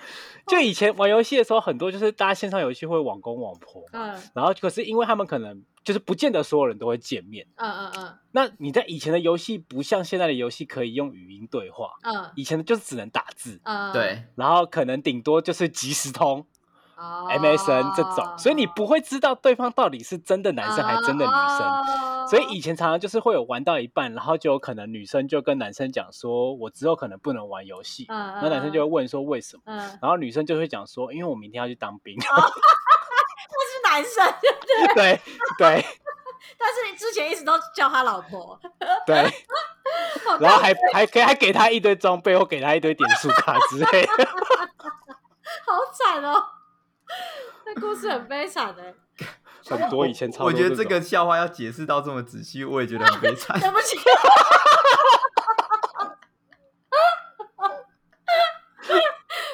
Speaker 3: 就以前玩游戏的时候，很多就是大家线上游戏会网公网婆，
Speaker 1: 嗯
Speaker 3: 然后可是因为他们可能就是不见得所有人都会见面。
Speaker 1: 嗯嗯
Speaker 3: 那你在以前的游戏不像现在的游戏可以用语音对话，
Speaker 1: 嗯
Speaker 3: 以前的就是只能打字，
Speaker 1: 嗯，
Speaker 2: 对
Speaker 3: 然后可能顶多就是即时通、
Speaker 1: 哦
Speaker 3: MSN 这种，所以你不会知道对方到底是真的男生还是真的女生。
Speaker 1: 哦生
Speaker 3: 所以以前常常就是会有玩到一半，然后就有可能女生就跟男生讲说，我之后可能不能玩游戏，
Speaker 1: 嗯
Speaker 3: 那男生就会问说为什么，
Speaker 1: 嗯，嗯
Speaker 3: 然后女生就会讲说，因为我明天要去当兵，
Speaker 1: 哦他是男生，
Speaker 3: 对对
Speaker 1: 但是你之前一直都叫他老婆，
Speaker 3: 对，然后还还给还给他一堆装备或给他一堆点数卡之类 的，
Speaker 1: 好惨哦。那故事很悲惨哎、
Speaker 3: 很多以前超
Speaker 2: 我
Speaker 3: 多
Speaker 2: 觉得这
Speaker 3: 种
Speaker 2: 个笑话要解释到这么仔细，我也觉得很悲惨。
Speaker 1: 对不起，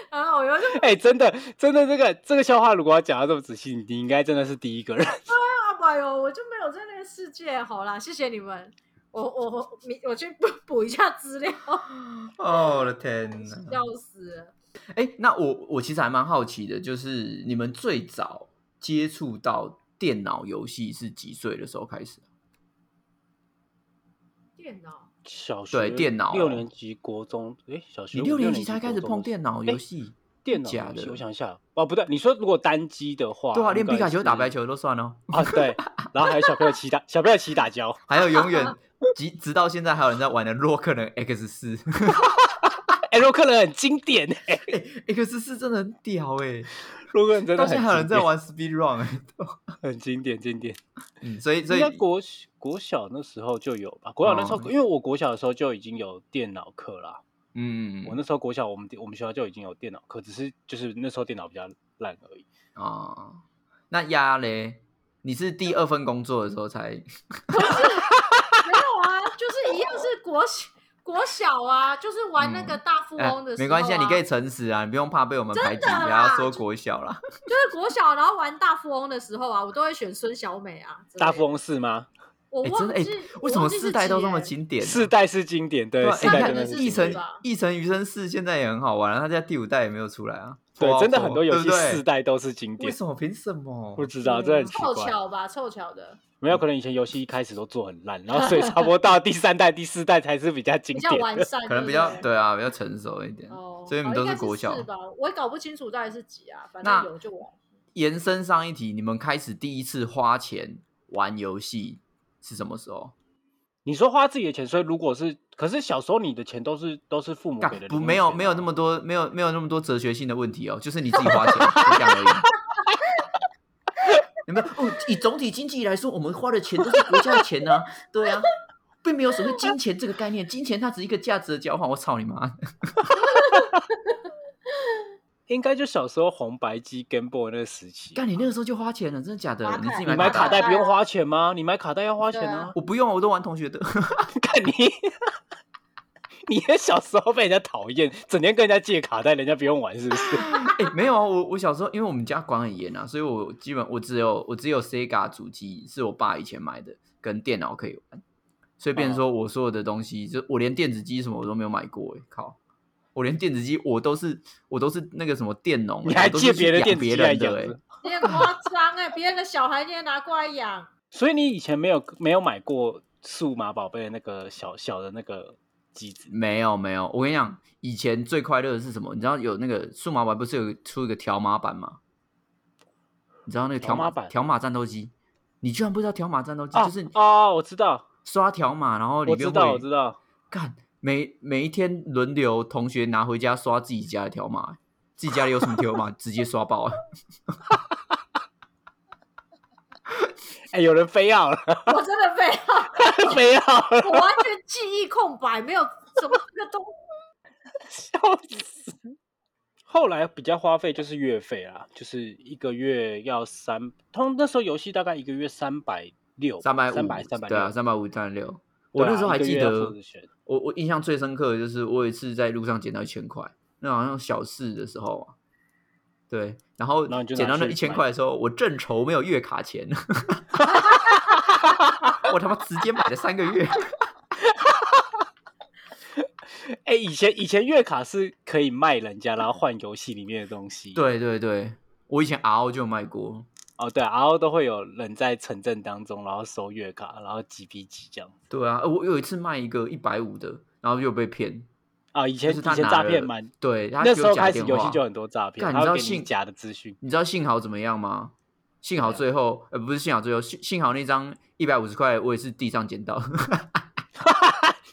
Speaker 1: 啊，我又就
Speaker 3: 哎、真的真的这个这个笑话如果要讲到这么仔细，你你应该真的是第一个人，
Speaker 1: 爸爸哟，我就没有在那个世界。好啦，谢谢你们，我我我明我去补补一下资料，
Speaker 2: 哦，我的 天哪！
Speaker 3: 嗯
Speaker 1: 笑死了。
Speaker 2: 哎、那我我其实还蛮好奇的，就是你们最早接触到电脑游戏是几岁的时候开始？啊
Speaker 1: 电脑
Speaker 3: 小学
Speaker 2: 对电脑
Speaker 3: 六
Speaker 2: 哦
Speaker 3: 年级国中，哎、小学
Speaker 2: 你
Speaker 3: 五
Speaker 2: 六
Speaker 3: 六
Speaker 2: 年
Speaker 3: 年
Speaker 2: 级才
Speaker 3: 国
Speaker 2: 开始
Speaker 3: 中
Speaker 2: 碰
Speaker 3: 的时
Speaker 2: 电
Speaker 3: 候
Speaker 2: 脑游戏，
Speaker 3: 电脑
Speaker 2: 假
Speaker 3: 游戏
Speaker 2: 的
Speaker 3: 我想一下，哦，不对，你说如果单机的话，
Speaker 2: 对啊，连
Speaker 3: 应该
Speaker 2: 皮卡丘
Speaker 3: 是
Speaker 2: 打排球都算哦，
Speaker 3: 啊，对，然后还有小朋友骑打，小朋友骑打跤，
Speaker 2: 还有永远直直到现在还有人在玩的洛克人 X 四
Speaker 3: 哎，洛克人很经典哎，
Speaker 2: ，X 四真的很屌哎、
Speaker 3: 洛克人真的
Speaker 2: 到现
Speaker 3: 很
Speaker 2: 在
Speaker 3: 经典，
Speaker 2: 还有人在玩 Speed Run 哎、
Speaker 3: 很经典，经典。
Speaker 2: 嗯，所以所
Speaker 3: 应
Speaker 2: 以
Speaker 3: 该国国小那时候就有吧？国小那时候，
Speaker 2: 哦
Speaker 3: 因为我国小的时候就已经有电脑课啦。
Speaker 2: 嗯
Speaker 3: 我那时候国小，我们我们学校就已经有电脑课，只是就是那时候电脑比较烂而已。
Speaker 2: 啊、那鸭嘞，你是第二份工作的时候才
Speaker 1: 没有啊，就是一样是国小国小啊，就是玩那个大富
Speaker 2: 哎
Speaker 1: 翁的时候、啊
Speaker 2: 没关系啊，你可以诚实啊，你不用怕被我们排挤，
Speaker 1: 真的啊
Speaker 2: 不
Speaker 1: 啦
Speaker 2: 要说国小啦。
Speaker 1: 就是国小，然后玩大富翁的时候啊，我都会选孙小美啊。之类的
Speaker 3: 大富，翁四吗？
Speaker 1: 我
Speaker 2: 哎、
Speaker 1: 忘
Speaker 2: 真
Speaker 1: 记、
Speaker 2: 的哎、为什么世代都这么
Speaker 1: 近？
Speaker 2: 经典、啊？
Speaker 3: 四代是经典，对，
Speaker 2: 对啊，
Speaker 3: 四
Speaker 2: 哎
Speaker 1: 代
Speaker 2: 你
Speaker 3: 代
Speaker 2: 看
Speaker 3: 真的是
Speaker 1: 是
Speaker 2: 一
Speaker 3: 经
Speaker 1: 成
Speaker 2: 城
Speaker 3: 典。
Speaker 2: 一城余生四现在也很好玩啊，他在第五代也没有出来啊。
Speaker 3: 对，真的很
Speaker 2: Four
Speaker 3: 多游戏
Speaker 2: 对不对
Speaker 3: 四代都是经
Speaker 2: 为
Speaker 3: 典。
Speaker 2: 什么？凭什么
Speaker 3: 不？知道，啊这很奇
Speaker 1: 嗯凑
Speaker 3: 怪。
Speaker 1: 巧吧，凑巧的，
Speaker 3: 没有，可能以前游戏一开始都做很烂，然后所以差不多到第三代、第四代才是比较经
Speaker 1: 比较
Speaker 3: 典
Speaker 1: 完
Speaker 3: 的。
Speaker 1: 善，
Speaker 2: 可能比
Speaker 1: 对
Speaker 2: 较
Speaker 1: 不对
Speaker 2: 对啊，比较成熟一点。
Speaker 1: 哦，
Speaker 2: 所以你们
Speaker 1: 哦
Speaker 2: 都
Speaker 1: 应该是
Speaker 2: 国小
Speaker 1: 四吧？我也搞不清楚到底是几啊，反
Speaker 2: 那
Speaker 1: 正有就玩。
Speaker 2: 延伸上一题，你们开始第一次花钱玩游戏是什么时候？
Speaker 3: 你说花自己的钱，所以如果是，可是小时候你的钱都是都是父母
Speaker 2: 干
Speaker 3: 给的零
Speaker 2: 不
Speaker 3: 用钱啊，
Speaker 2: 没有没有那么多没有没有那么多哲学性的问题哦，就是你自己花钱 就这样而已。有没有？哦，以总体经济来说，我们花的钱都是国家的钱呢、啊，对啊，并没有所谓金钱这个概念，金钱它只是一个价值的交换。我操你妈！
Speaker 3: 应该就小时候红白机 Game Boy 那个时期，
Speaker 2: 干你那个时候就花钱了，真的假的
Speaker 1: 花？
Speaker 2: 你自己
Speaker 1: 卡
Speaker 3: 你
Speaker 2: 买
Speaker 3: 买
Speaker 1: 卡
Speaker 3: 卡
Speaker 2: 带
Speaker 3: 带
Speaker 1: 带
Speaker 3: 不用花钱吗？你买卡带要花钱
Speaker 1: 对
Speaker 3: 啊
Speaker 1: 啊！
Speaker 2: 我不用啊，我都玩同学的。
Speaker 3: 看你，你也小时候被人家讨厌，整天跟人家借卡带，人家不用玩是不是？
Speaker 2: 哎、没有啊，我我小时候因为我们家管很严啊，所以我基本我只有我只有 Sega 主机是我爸以前买的，跟电脑可以玩，所以变
Speaker 3: 哦
Speaker 2: 成说我所有的东西，就我连电子机什么我都没有买过、欸，靠！我连电子机我都是我都是那个什么电农、欸，
Speaker 3: 你还
Speaker 2: 我都
Speaker 3: 借
Speaker 2: 是
Speaker 3: 别人
Speaker 2: 去
Speaker 3: 电
Speaker 2: 养别
Speaker 3: 子机来
Speaker 2: 人
Speaker 3: 养
Speaker 2: 的、欸？
Speaker 3: 着，
Speaker 1: 你很夸张哎，别人的小孩你也拿过来养，
Speaker 3: 所以你以前没有没有买过数码宝贝的那个小小的那个机子，
Speaker 2: 没有没有，我跟你讲，以前最快乐的是什么？你知道有那个数码版不是有出一个条码版吗？你知道那个条
Speaker 3: 条码
Speaker 2: 码
Speaker 3: 版
Speaker 2: 条码战斗机？你居然不知道条码战斗机、
Speaker 3: 啊
Speaker 2: 就是
Speaker 3: 哦，我知道，
Speaker 2: 刷条码，然后里
Speaker 3: 我
Speaker 2: 面
Speaker 3: 知
Speaker 2: 会
Speaker 3: 道，我知道。
Speaker 2: 干每每一天轮流同学拿回家刷自己家的条码，欸自己家里有什么 条码直接刷爆啊！
Speaker 3: 哎、有人非要了，
Speaker 1: 我真的被
Speaker 3: 非要了，
Speaker 1: 我完全记忆空白，没有什么这个东
Speaker 3: 笑死。后来比较花费就是月费啦，就是一个月要三，通那时候游戏大概一个月三百六，
Speaker 2: 三百五
Speaker 3: 三百三百
Speaker 2: 对啊，
Speaker 3: 六。啊
Speaker 2: 三百五三六。我那时候还记
Speaker 3: 一个月要付
Speaker 2: 得
Speaker 3: 的，钱
Speaker 2: 我我印象最深刻的就是我有一次在路上捡到一千块，那好像小四的时候啊，对，然后
Speaker 3: 然后你就拿
Speaker 2: 捡到那
Speaker 3: 去
Speaker 2: 一千
Speaker 3: 买
Speaker 2: 块的时候，我正愁没有月卡 钱，我他妈直接买了三个月，
Speaker 3: 哎、以前以前月卡是可以卖人家，然后换游戏里面的东西。，
Speaker 2: 对对对，我以前 RO 就有卖过，
Speaker 3: 哦对、啊，然后都会有人在城镇当中，然后收月卡，然后几比几这样。
Speaker 2: 对啊，呃我有一次卖一个一百五的，然后又被骗，
Speaker 3: 啊，以前
Speaker 2: 就是他
Speaker 3: 以前
Speaker 2: 拿
Speaker 3: 诈
Speaker 2: 了
Speaker 3: 骗蛮，
Speaker 2: 对，他
Speaker 3: 那
Speaker 2: 给
Speaker 3: 时
Speaker 2: 我
Speaker 3: 候
Speaker 2: 假
Speaker 3: 开始
Speaker 2: 电
Speaker 3: 游戏
Speaker 2: 话
Speaker 3: 就很多诈骗，
Speaker 2: 干
Speaker 3: 他
Speaker 2: 你知
Speaker 3: 会
Speaker 2: 道
Speaker 3: 给你
Speaker 2: 信
Speaker 3: 假的资讯。
Speaker 2: 你知道幸好怎么样吗？幸好
Speaker 3: 对啊
Speaker 2: 最后，呃，不是幸好最后，幸幸好那张一百五十块，我也是地上捡到，
Speaker 3: 啊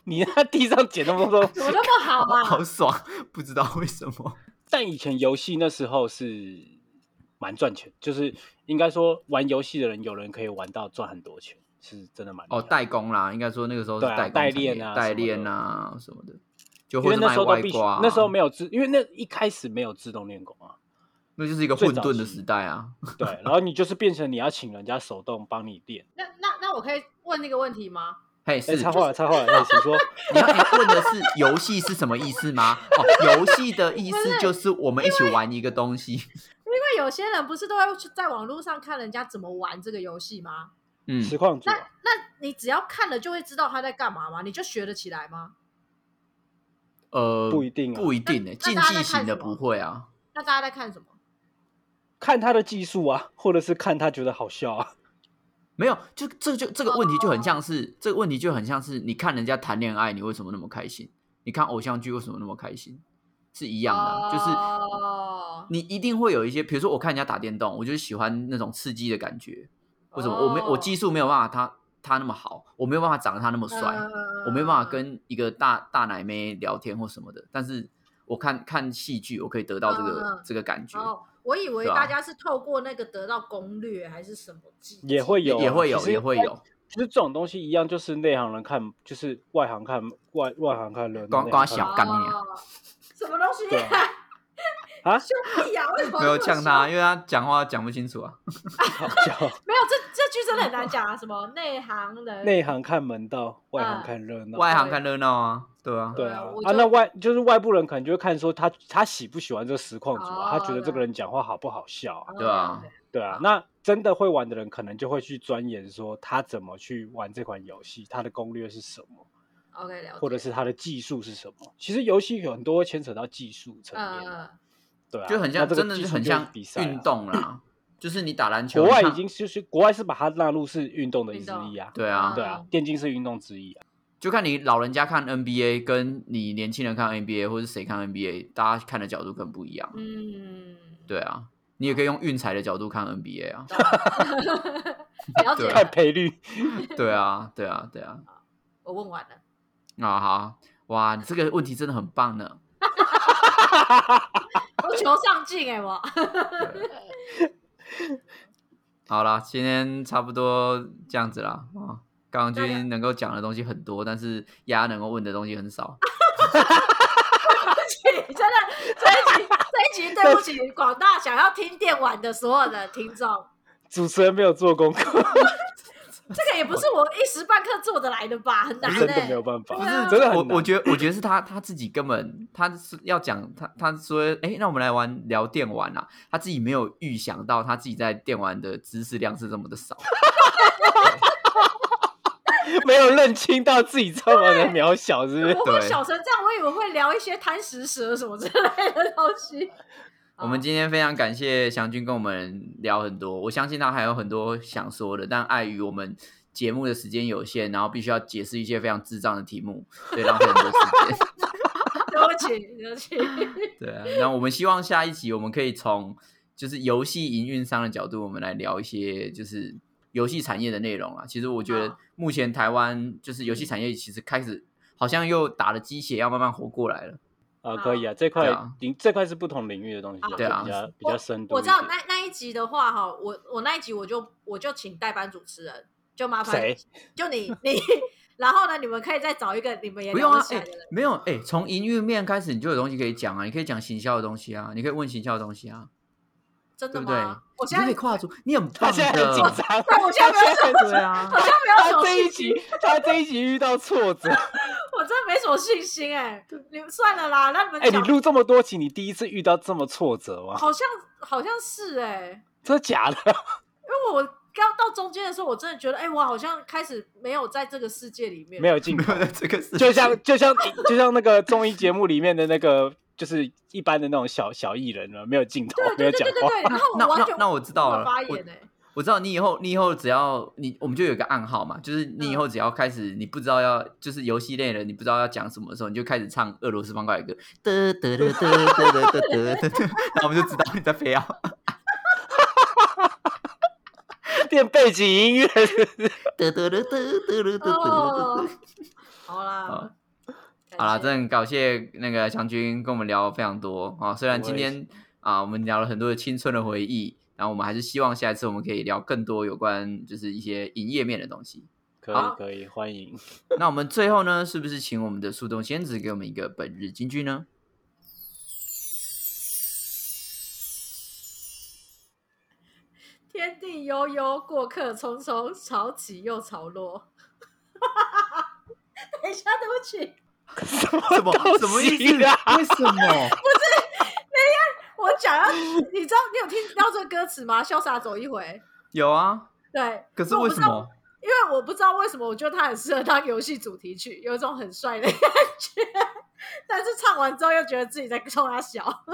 Speaker 3: 你在地上捡那么 多东
Speaker 1: 怎
Speaker 3: 西，
Speaker 1: 么那么好啊？
Speaker 2: 好爽，不知道为什么。
Speaker 3: 但以前游戏那时候是蛮赚钱，就是应该说玩游戏的人，有人可以玩到赚很多钱，是真的蛮厉
Speaker 2: 哦，
Speaker 3: 害
Speaker 2: 代工啦，应该说那个时候是
Speaker 3: 对啊
Speaker 2: 代工
Speaker 3: 代
Speaker 2: 产业
Speaker 3: 练啊
Speaker 2: 代
Speaker 3: 什么的
Speaker 2: 练啊什么的，就
Speaker 3: 因
Speaker 2: 或
Speaker 3: 为
Speaker 2: 者
Speaker 3: 那
Speaker 2: 卖
Speaker 3: 时候都
Speaker 2: 外
Speaker 3: 必须，
Speaker 2: 挂啊，
Speaker 3: 那时候没有自，因为那一开始没有自动练功啊，
Speaker 2: 那就是一个
Speaker 3: 最
Speaker 2: 混
Speaker 3: 早
Speaker 2: 沌的
Speaker 3: 期
Speaker 2: 时代啊。
Speaker 3: 对，然后你就是变成你要请人家手动帮你练。
Speaker 1: 那那那我可以问那个问题吗？
Speaker 2: 嘿，
Speaker 3: 哎，
Speaker 2: 是
Speaker 3: 插话了，插话了，哎请说。
Speaker 2: 你要、哎问的是游戏是什么意思吗？哦，游戏的意 思就是我们一起玩一个东西。
Speaker 1: 因为有些人不是都会去在网络上看人家怎么玩这个游戏吗？
Speaker 2: 嗯，
Speaker 3: 实况组啊，
Speaker 1: 那你只要看了就会知道他在干嘛吗？你就学得起来吗？
Speaker 2: 呃，
Speaker 3: 不一定啊
Speaker 2: 不一定诶、
Speaker 1: 那
Speaker 2: 竞
Speaker 1: 大家在
Speaker 2: 技型
Speaker 1: 看
Speaker 2: 的
Speaker 1: 什
Speaker 2: 不
Speaker 1: 么
Speaker 2: 会啊。
Speaker 1: 那大家在看什么？
Speaker 3: 看他的技术啊，或者是看他觉得好 笑啊。
Speaker 2: 没有，就这就这个问题就很像是、这个问题就很像是你看人家谈恋爱，你为什么那么开心？你看偶像剧为什么那么开心？是一样的啊、就是
Speaker 1: 哦
Speaker 2: 你一定会有一些，比如说我看人家打电动，我就是喜欢那种刺激的感觉。为什么、我没
Speaker 1: 哦
Speaker 2: 我技术没有办法他他那么好，我没有办法长得他那么帅，我没有办
Speaker 1: 嗯
Speaker 2: 法。跟一个大大奶妹聊天或什么的。但是我看看戏剧，我可以得到这个、
Speaker 1: 嗯嗯
Speaker 2: 这个感觉。
Speaker 1: 哦，我以为
Speaker 2: 对啊
Speaker 1: 大家是透过那个得到攻略还是什么技，
Speaker 3: 也会有啊
Speaker 2: 也会有
Speaker 3: 其，实
Speaker 2: 也会有。
Speaker 3: 其实这种东西一样，就是内行人看，就是外行看外外行看热闹，
Speaker 2: 光
Speaker 3: 内行
Speaker 2: 光
Speaker 3: 看
Speaker 2: 小干你啊
Speaker 1: 哦什么东西
Speaker 3: 对啊啊
Speaker 1: 兄弟呀，为什么
Speaker 2: 没有
Speaker 1: 这么
Speaker 2: 呛他，啊
Speaker 1: 凶？
Speaker 2: 因为他讲话讲不清楚啊。
Speaker 3: 好笑。
Speaker 1: 没有这这句真的很难讲啊！什么内行人，
Speaker 3: 内行看门道，外
Speaker 1: 嗯
Speaker 3: 行看热闹。
Speaker 2: 外行看热闹啊，对啊，
Speaker 3: 对
Speaker 1: 对啊
Speaker 3: 啊
Speaker 1: 我，
Speaker 3: 啊，
Speaker 1: 就
Speaker 3: 那外就是外部人可能就会看说他他喜不喜欢这个实况组啊，
Speaker 1: 哦
Speaker 3: 他觉得这个
Speaker 1: 对
Speaker 3: 人讲话好不好笑啊，
Speaker 2: 对啊，
Speaker 3: 对啊。那真的会玩的人可能就会去钻研说他怎么去玩这款游戏，他的攻略是什么，
Speaker 1: ，OK，了解，
Speaker 3: 或者是他的技术是什么。其实游戏有很多牵扯到技术层面啊，
Speaker 1: 嗯，
Speaker 3: 对啊，
Speaker 2: 就很
Speaker 3: 那
Speaker 2: 像，
Speaker 3: 这个
Speaker 2: 真的
Speaker 3: 技
Speaker 2: 是
Speaker 3: 术
Speaker 2: 很
Speaker 3: 就是
Speaker 2: 像
Speaker 3: 比赛啊
Speaker 2: 运。动 啦，就是你打篮球，
Speaker 3: 国外
Speaker 2: 你
Speaker 3: 已
Speaker 2: 看
Speaker 3: 经就是国外是把它纳入是运动的
Speaker 1: 运
Speaker 3: 之
Speaker 1: 动
Speaker 3: 一啊，
Speaker 2: 对啊，
Speaker 3: 对啊
Speaker 1: 嗯，
Speaker 3: 电竞是运动之一啊。
Speaker 2: 就看你老人家看 NBA，跟你年轻人看 NBA，或是谁看 NBA，大家看的角度更不一样。
Speaker 1: 嗯，
Speaker 2: 对啊，你也可以用运彩的角度看 NBA 啊。
Speaker 1: 了 解
Speaker 2: 对
Speaker 3: 看
Speaker 1: 了，
Speaker 3: 赔率，
Speaker 2: 对啊，对啊，对啊。
Speaker 1: 我问完了，
Speaker 2: 啊好，哇，你这个问题真的很棒呢。
Speaker 1: 我求上进哎，我
Speaker 2: 好啦，今天差不多这样子啦啊。刚刚今天能够讲的东西很多，但是丫能够问的东西很少。
Speaker 1: 真的这一集这一集对不起广大想要听电玩的所有的听众，
Speaker 3: 主持人没有做功课，
Speaker 1: 这个也不是我一时半刻做得来的吧，很难欸
Speaker 3: 真
Speaker 1: 呢、
Speaker 3: 的没有办法，
Speaker 1: 对啊
Speaker 3: 真的
Speaker 2: 我
Speaker 3: 很难。
Speaker 2: 我觉得我觉得是他他自己根本他是要讲他他说哎、诶那我们来玩聊电玩啊，他自己没有预想到他自己在电玩的知识量是这么的少，
Speaker 3: 没有认清到自己这么的渺小，是不 是？
Speaker 1: 我会
Speaker 2: 对
Speaker 1: 小成这样，我以为会聊一些贪食蛇什么之类的东西。
Speaker 2: 我们今天非常感谢祥君跟我们聊很多，我相信他还有很多想说的，但碍于我们节目的时间有限，然后必须要解释一些非常智障的题目，所以浪费很多时间。
Speaker 1: 对不起，对不起。
Speaker 2: 对啊，那我们希望下一集我们可以从就是游戏营运商的角度，我们来聊一些就是游戏产业的内容啊。其实我觉得
Speaker 1: 好
Speaker 2: 目前台湾就是游戏产业其实开始好像又打了鸡血，要慢慢活过来了。
Speaker 3: 啊，可以啊，这块
Speaker 2: 对啊
Speaker 3: 领这块是不同领域的东西，
Speaker 2: 对啊
Speaker 3: 比较比较深度一
Speaker 1: 我知
Speaker 3: 点。
Speaker 1: 道那那一集的话哈，我我那一集我就我就请代班主持人，就麻烦
Speaker 3: 谁
Speaker 1: 就你你，然后呢，你们可以再找一个你们也
Speaker 2: 不用啊
Speaker 1: 聊，起
Speaker 2: 哎、
Speaker 1: 来的人。
Speaker 2: 没有哎、从营运面开始你就有东西可以讲啊，你可以讲行销的东西啊，你可以问行销的东西啊，
Speaker 1: 真的
Speaker 2: 对不对
Speaker 1: 吗？我
Speaker 2: 你
Speaker 1: 现
Speaker 2: 就
Speaker 1: 在
Speaker 2: 可以跨足，你很
Speaker 3: 他
Speaker 2: 棒
Speaker 3: 现在很紧
Speaker 2: 的。
Speaker 3: 张，
Speaker 1: 对我现在没有
Speaker 3: 他现在很
Speaker 2: 对啊，
Speaker 1: 好像没有
Speaker 3: 他
Speaker 1: 什么
Speaker 3: 这一
Speaker 1: 信
Speaker 3: 集
Speaker 1: 心，
Speaker 3: 他这一集遇到挫折，
Speaker 1: 我真的没什么信心 哎、你们算了啦，那你们
Speaker 3: 哎，你
Speaker 1: 讲，
Speaker 3: 录这么多集，你第一次遇到这么挫折吗？
Speaker 1: 好像好像是哎、
Speaker 3: 真的假的？
Speaker 1: 因为我刚到中间的时候，我真的觉得哎、我好像开始没有在这个世界里面，
Speaker 3: 没有 进
Speaker 2: 没
Speaker 3: 口
Speaker 2: 有，的这个是
Speaker 3: 就像就像就像那个综艺节目里面的那个，就是一般的那种小小艺人了，没有镜头
Speaker 1: 对，
Speaker 3: 没
Speaker 1: 对
Speaker 3: 有
Speaker 1: 对
Speaker 3: 讲
Speaker 1: 对对
Speaker 3: 话。
Speaker 1: 对，然后
Speaker 2: 那
Speaker 1: 我完
Speaker 2: 那
Speaker 1: 全
Speaker 2: 那我知道
Speaker 1: 无法
Speaker 2: 了
Speaker 1: 发
Speaker 2: 我
Speaker 1: 言哎、
Speaker 2: 我知道你以后，你以后只要你，我们就有一个暗号嘛，就是你以后只要开始，你不知道要就是游戏类的，你不知道要讲什么的时候，你就开始唱俄罗斯方块歌，得得得得得得得得得，然后我们就知道你在飞啊，
Speaker 3: 变背景音乐，
Speaker 2: 得得得得得得得得
Speaker 1: 哦。，好啦，
Speaker 2: 好
Speaker 1: 感谢
Speaker 2: 啦，真的很感谢那个强军跟我们聊非常多啊，虽然今天啊我们聊了很多的青春的回忆，然后我们还是希望下一次我们可以聊更多有关就是一些营业面的东西。
Speaker 3: 可
Speaker 1: 好
Speaker 3: 以可以，欢迎。
Speaker 2: 那我们最后呢，是不是请我们的树洞仙子给我们一个本日金句呢？
Speaker 1: 天地悠悠，过客匆匆，潮起又潮落。 等一下，对不起，
Speaker 2: 什
Speaker 3: 什
Speaker 2: 么什么意思？
Speaker 3: 啊？
Speaker 2: 为什么？
Speaker 1: 我讲要，你知道你有听到这个歌词吗？潇洒走一回。
Speaker 2: 有啊，
Speaker 1: 对，
Speaker 2: 可是为
Speaker 1: 我
Speaker 2: 什
Speaker 1: 不知道？
Speaker 2: 么？
Speaker 1: 因为我不知道为什么，我觉得它很适合当游戏主题曲，有一种很帅的 感觉。但是唱完之后又觉得自己在冲他笑。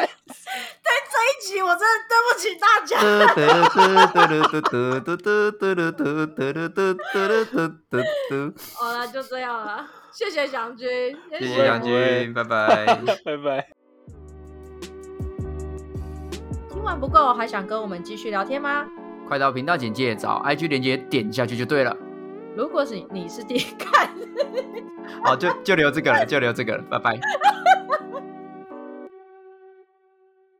Speaker 1: 对这一集，我真的对不起大家。
Speaker 2: 得得得得得得得得得得得得得得得得得，
Speaker 1: 好了，就这样了，谢谢祥君，
Speaker 2: 谢
Speaker 1: 谢
Speaker 2: 谢杨军，拜拜。
Speaker 3: 拜拜。
Speaker 1: 听完不够，还想跟我们继续聊天吗？
Speaker 2: 快到频道简介找 IG 连接点下去就对了。
Speaker 1: 如果是你是第一看，
Speaker 2: 好，就就留这个了，就留这个了，拜拜。